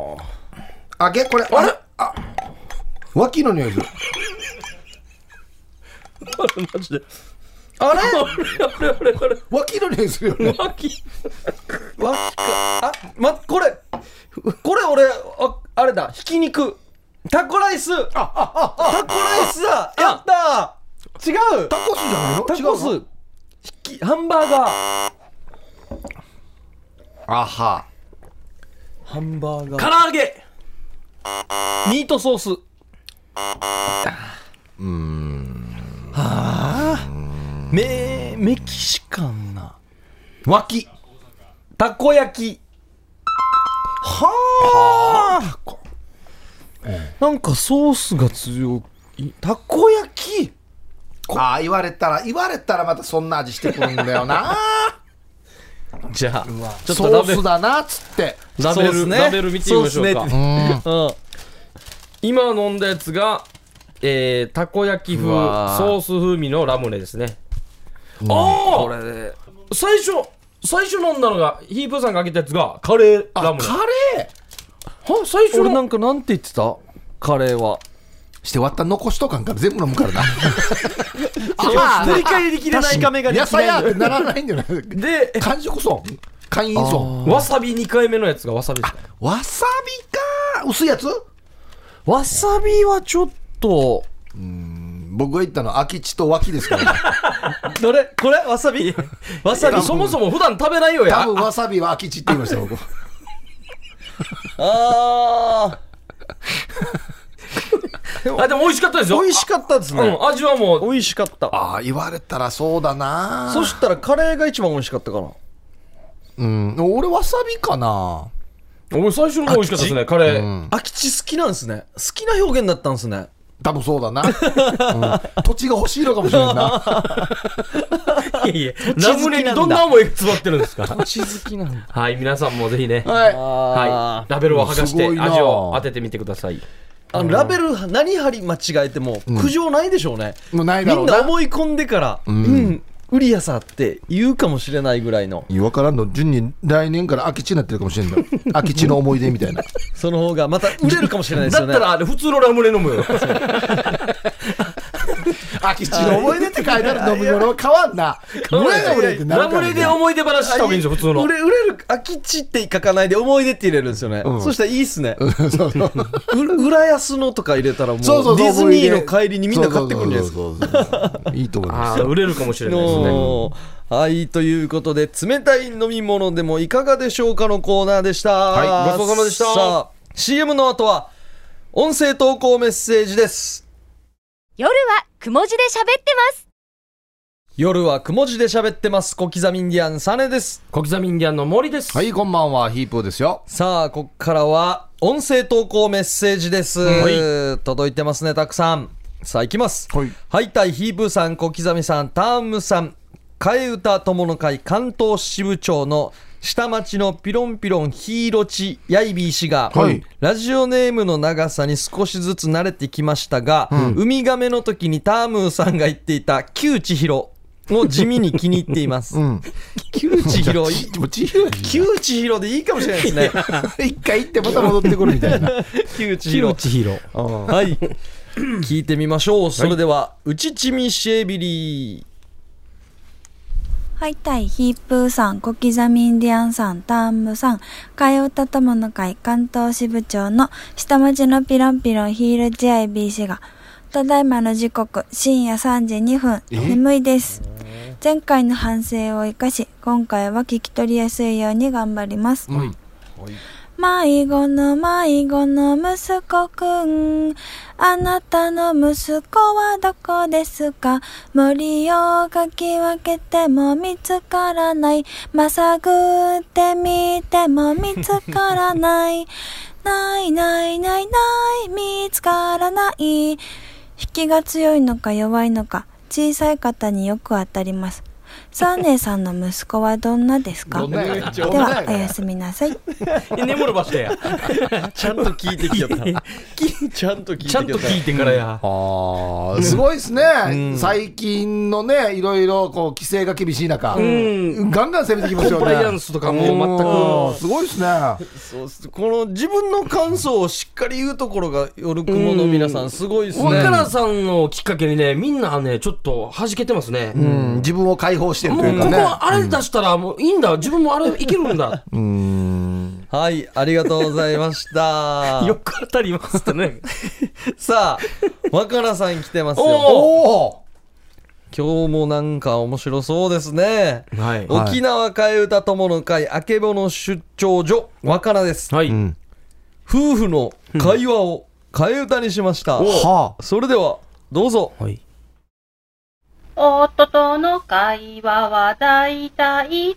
あげこれあれあ脇の匂いする
マジで。
あれ
あれあれあれ。
脇の匂いするよ ね
脇。
わっかあまこれこれ俺ああれだひき肉タコライスタコライスだやったー違う
タコスじゃないの
タコ
違う
ス
の
ひきハンバーガー
あは
ハンバーガ
唐
ー
揚げ。
ミートソースうんはあメメキシカンな
脇
たこ焼きはあなんかソースが強いたこ焼き
ああ言われたら言われたらまたそんな味してくるんだよな
じゃあ、ちょっ
ソ
とラ
ー
ベ
ス
ル、
だなっつって
ラベル、ラベル見てみましょうか。
か
今飲んだやつが、えー、たこ焼き風
うわー
ソース風味のラムネですね、
こ
ああ
れで
最初最初飲んだのがヒープーさんが開けたやつがカレーラムネ
カレー
は最初
俺な
の
んかなんて言ってたカレーは
して割った残しとかんから全部飲むからなあ
振り返りきれないカメがで
野
きな
菜
い
やってならないんじゃない
で
完食損会員層
わさび2回目のやつがわさびですか
わさびか薄いやつ
わさびはちょっと
僕が言ったのは空き地と脇ですから、ね、
どれこれわさびわさび
そもそも普段食べないよ
多
や
分わさびは空き地って言いました僕
あ
あでも美味しかったですよ
美味しかったですね、
うん味はも
ー
う
美味しかった
ああ言われたらそうだな
そしたらカレーが一番美味しかったかな
うん俺わさびかな
俺最初の方美味しかったですねカレー
空き地好きなんですね好きな表現だったんですね
多分そうだな、うん土地が欲しいのかもしれんない
やいやラムネにどんな思いが詰まってるんです か
土地好きなんだ
はい皆さんもぜひね
はい
は
あ
いラベルを剥がして
うんすごいな
味を当ててみてください
ーあのラベル何貼り間違えても苦情ないでしょうね、
もうないだ
み
ろ
ん
う
な
な
思い込んでからうん、ウリアサって言うかもしれないぐらいの
分からんの順に来年から空き地になってるかもしれんの空き地の思い出みたいな
その方が また売れるかもしれないです
だ
よ
っ
ね
たらあれ普通のラムネ飲むよ
空き地の思い出って書いてある飲み物は変わんな俺が俺ってな
ラ
るか
ム
ら
ネで思い出話した方がいいんですよ普通の
売れ売れる空き地って書かないで思い出って入れるんですよね、
ん
そしたらいいっすね
そうそう
う浦安のとか入れたらもうデ
そうそう
ィズニーの帰りにみんな買ってくるんじゃないですか
そうそうそうそういいと思いま
あ
す
ー売れるかもしれないですね
のはいということで冷たい飲み物でもいかがでしょうかのコーナーでした
はいごちそうさまでした
さあ CM の後は音声投稿メッセージです
夜はくも字で喋ってます
夜はくも字で喋ってます小刻みインディアンサネです
小刻みインディアンの森です
はいこんばんはヒープーですよ
さあここからは音声投稿メッセージです、届いてますねたくさんさあいきます
はい
はいたいヒーブーさん小刻みさんタームさん替え歌友の会関東支部長の下町のピロンピロンヒーロチヤイビー氏が、
はい
ラジオネームの長さに少しずつ慣れてきましたが、ウミガメの時にタームーさんが言っていた「旧千尋」を地味に気に入ってい ます
ん
旧千尋 いい
でも千尋やし
旧千尋でいいかもしれないですね
一回行ってまた戻ってくるみたいな
旧千尋
ヒーロー
はい。聞いてみましょう。それでは、うちちみシェービリー。
はい、タイ、ヒープーさん、小刻みインディアンさん、ターンムさん、替え歌友の会関東支部長の下町のピロンピロンヒールチアイ BC が、ただいまの時刻、深夜3時2分、眠いです。前回の反省を生かし、今回は聞き取りやすいように頑張ります。迷子の迷子の息子くん。あなたの息子はどこですか森をかき分けても見つからない。まさぐってみても見つからない。 ないないないない、見つからない。引きが強いのか弱いのか、小さい方によく当たります。サーネさんの息子はどんなですか
どん
で
なやどんな
は
や、
おやすみなさい。
眠る場所や
ちゃんと 聞いてきよった。ちゃんと聞いてきよった。
ちゃんと聞いてからや
あーすごいですね、最近のねいろいろこう規制が厳しい中、
ん
ガンガン攻めてきますよ
コ
ね
ンプライアンスとかも
うんすごいですね
そうっすこの自分の感想をしっかり言うところが、夜雲の皆さん、すごいですね。
わからさんのきっかけにねみんなねちょっと弾けてますね
うん自分を解放してる
も
というう
こ
か
こ
ね
はあれ出したらもういいんだ自分もあれいけるんだ
はい、ありがとうございました。
く当たりますってね
さあ、わからさん来てますよ。
おお
今日もなんか面白そうですね。
はい
はい
沖縄替え歌友の会、あけぼの出張所、わからです。
はい
夫婦の会話を替え歌にしました、
は
それではどうぞ
はい
夫との会話は大体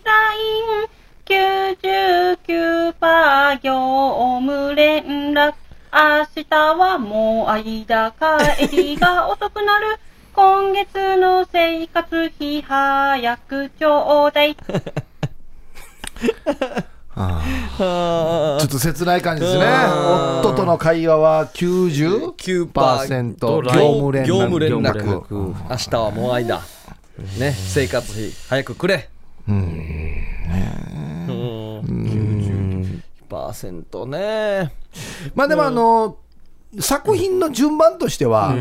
99%業務連絡。明日はもう間帰りが遅くなる。今月の生活費早くちょうだい。
あちょっと切ない感じですね
うん
夫との会話は90%
9%
業務連絡
業務連絡
業務連絡
明日はもう間ね生活費早くくれうん90%ね
まあでも あの作品の順番としては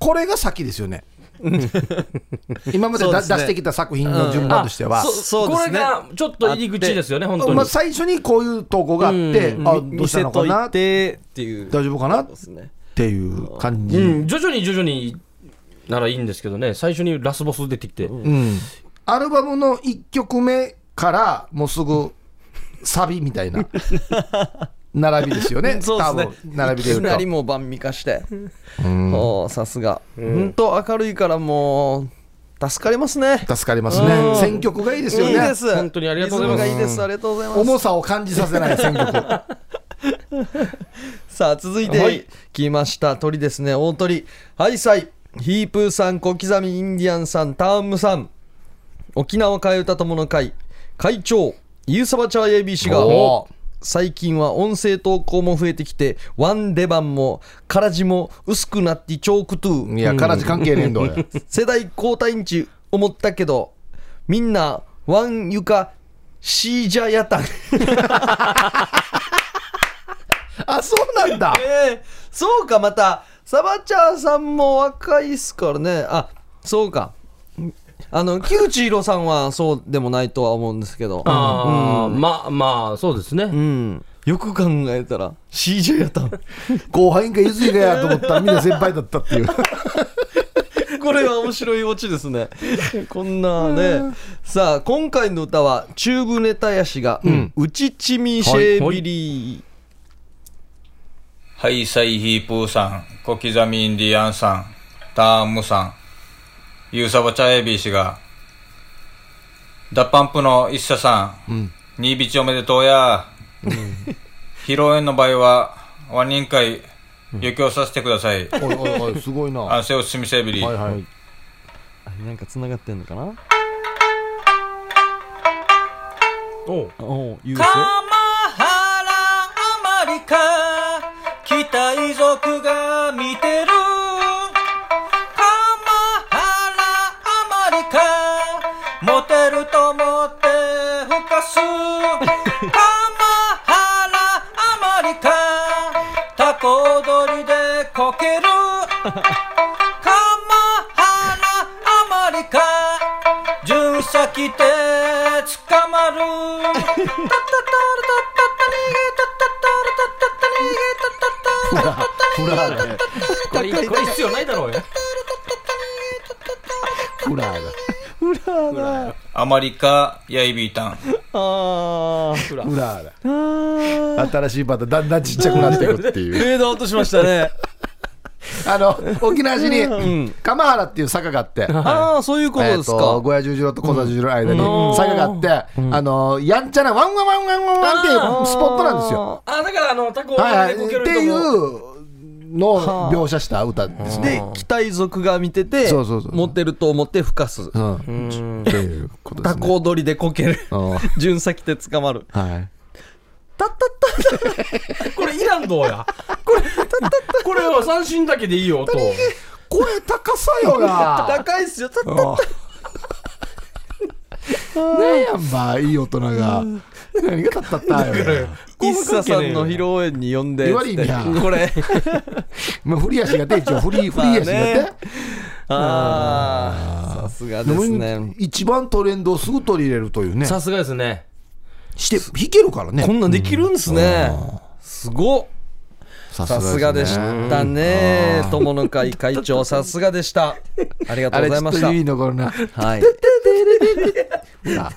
これが先ですよね今まで
そうで
だ
すね
出してきた作品の順番としては、
そそうです
これ
ね
がちょっと入り口ですよね、本当に。
まあ、最初にこういう投稿があって、
うん
あ
み
どうしたのかな
見せといてっていう
大丈夫かなっ
ですね
ていう感じ、
う
うん
ん、徐々に徐々にならいいんですけどね、最初にラスボス出てきて、
アルバムの1曲目からもうすぐサビみた いな並びですよね
そうですね
多分並びで
いきな
言
り
う
もう晩味化して
と、うん
おーさすが本当明るいからもう助かりますね
助かりますね選曲がいいですよね
いいです
本当にありがとうございます
リズムがいいですありがとうございます
重さを感じさせない選曲
さあ続いて来ました鳥ですね大鳥ハイサイヒープーさん小刻みインディアンさんターンムさん沖縄替え歌友の会会長ゆうさばちゃー AB 氏が
おー
最近は音声投稿も増えてきてワン出番もからじも薄くなってチョークトゥー
いやからじ関係ねえん だよ
世代交代んち思ったけどみんなワン床シージャヤタン
あそうなんだ
えーそうかまたサバチャーさんも若いっすからねあそうかあの木内宏さんはそうでもないとは思うんですけど
あーまあまあ、そうですね、
うんよく考えたらシージャヤタン
後輩がゆずいがやと思ったらみんな先輩だったっていう
これは面白いオチですね こんなねさあ今回の歌はチューブネタヤシが「うちちみシェービリー」
ハイサイヒープーさん、小刻みインディアンさん、ターンムさん、ユーサバチャエビー氏が、ダパンプの一社さん、ニービチおめでとうや、披露宴の場合は、ワニン会、余興させてください。
おいおいおいすごいなは
安静を進みせびり。
いはい
なんか繋がってんのかな
おう
おう、優
鎌原アマリカ北遺族が見てる鎌原アマリカモテると思ってふかす鎌原アマリカタコ踊りでこける鎌原アマリカ巡査来て捕まる
フラフラだね
これ、これ必要ないだろうよ。
フラだ
アマリカヤイビータン
あー、
フラだ新しいパターンだんだんちっちゃくなっていくっていう
フェードアウトしましたね。
あの沖縄市に鎌原っていう坂があって。
あー、そういうこと
え
で
ー
すか
と。小屋十字路と小座十字路の間に坂があって、あのやんちゃなワンワンワンワンワンワンっていうスポットなんですよ。
あだから、あの、タコ
はいは
で
い、っ
こけ
て
ると
い
も
うのを描写した歌ですね。
で、期待族が見てて、
そうそうそう
持ってると思ってふかす。
うん、っていうことで
タ
すね。
コ踊りでこける。
うんは
巡査来て捕まる。
い、
これ、イランドや。これ、これは三振だけでいいよ、と。
声高さよな。
高いっすよ。たった
ねやんばいい大人が。何がたったったよ。
一茶さんの披露宴に呼んで、
言われ意味や
つってこれ。
まあ振り足が出一応振り振り足が出。
あー、さすが
で
で
も
すね。
一番トレンドをすぐ取り入れるというね。
さすがですね。
して弾けるからね
こ。んなんできるんですね。すごっ。
さ
さすがでしたね。友の会会長、さすがでした。ありがと
あ
う
れ
ござ
ちょ
いま
っ
し
と
た。
いいのこのな。
はい。
ほら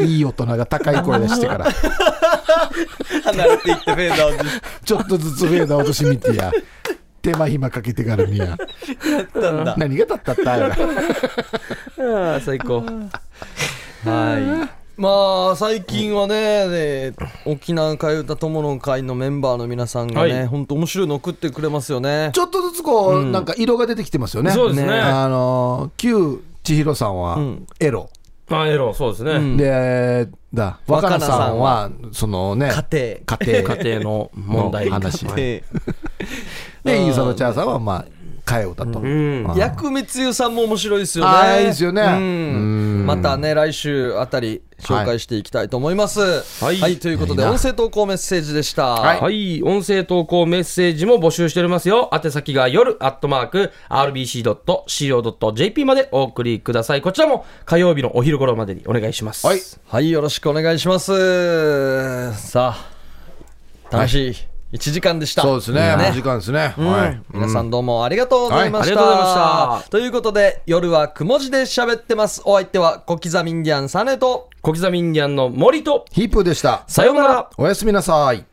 いい大人が高い声出してから、
離れていってフェードアウトし
ちょっとずつフェーダー落としみてや。手間暇かけてからにや。
たんだ。
何がたったったよ。
ああ、最高。
はい。まあ、最近はね、ね沖縄替え歌友の会のメンバーの皆さんが
は
ね、
い
本当面白いの送ってくれますよね
ち。ょっとずつこう、なんか色が出てきてますよね。
そうですね
あのー、旧千尋さんはエロ。
あエロ、そうですね。
で、だ、若菜さんは、そのね、
家
家庭
家庭の問題
の話。
庭。
で、インサのチャーさんは、まあ、替え歌と。
うん。
薬光湯さんも面白いですよね。
あーいいですよね
うん
うん
またね、来週あたり紹介していきたいと思います。はいい。ということで、
いいな
音声投稿メッセージでした。
はい
はい。音声投稿メッセージも募集しておりますよ。宛先が夜アットマーク RBC.CO.JP までお送りください。こちらも火曜日のお昼頃までにお願いします。
はい。
はい、よろしくお願いします。さあ、楽しい1時間でした。
そうですね。もう時間ですね。はい。
皆さんどうもありがとうございました。
はいありがとうございました
ということで、夜はくも字で喋ってます。お相手は、小刻みインディアンサネと、
小刻みインディアンの森と、
ヒープーでした。
さようなら。
おやすみなさい。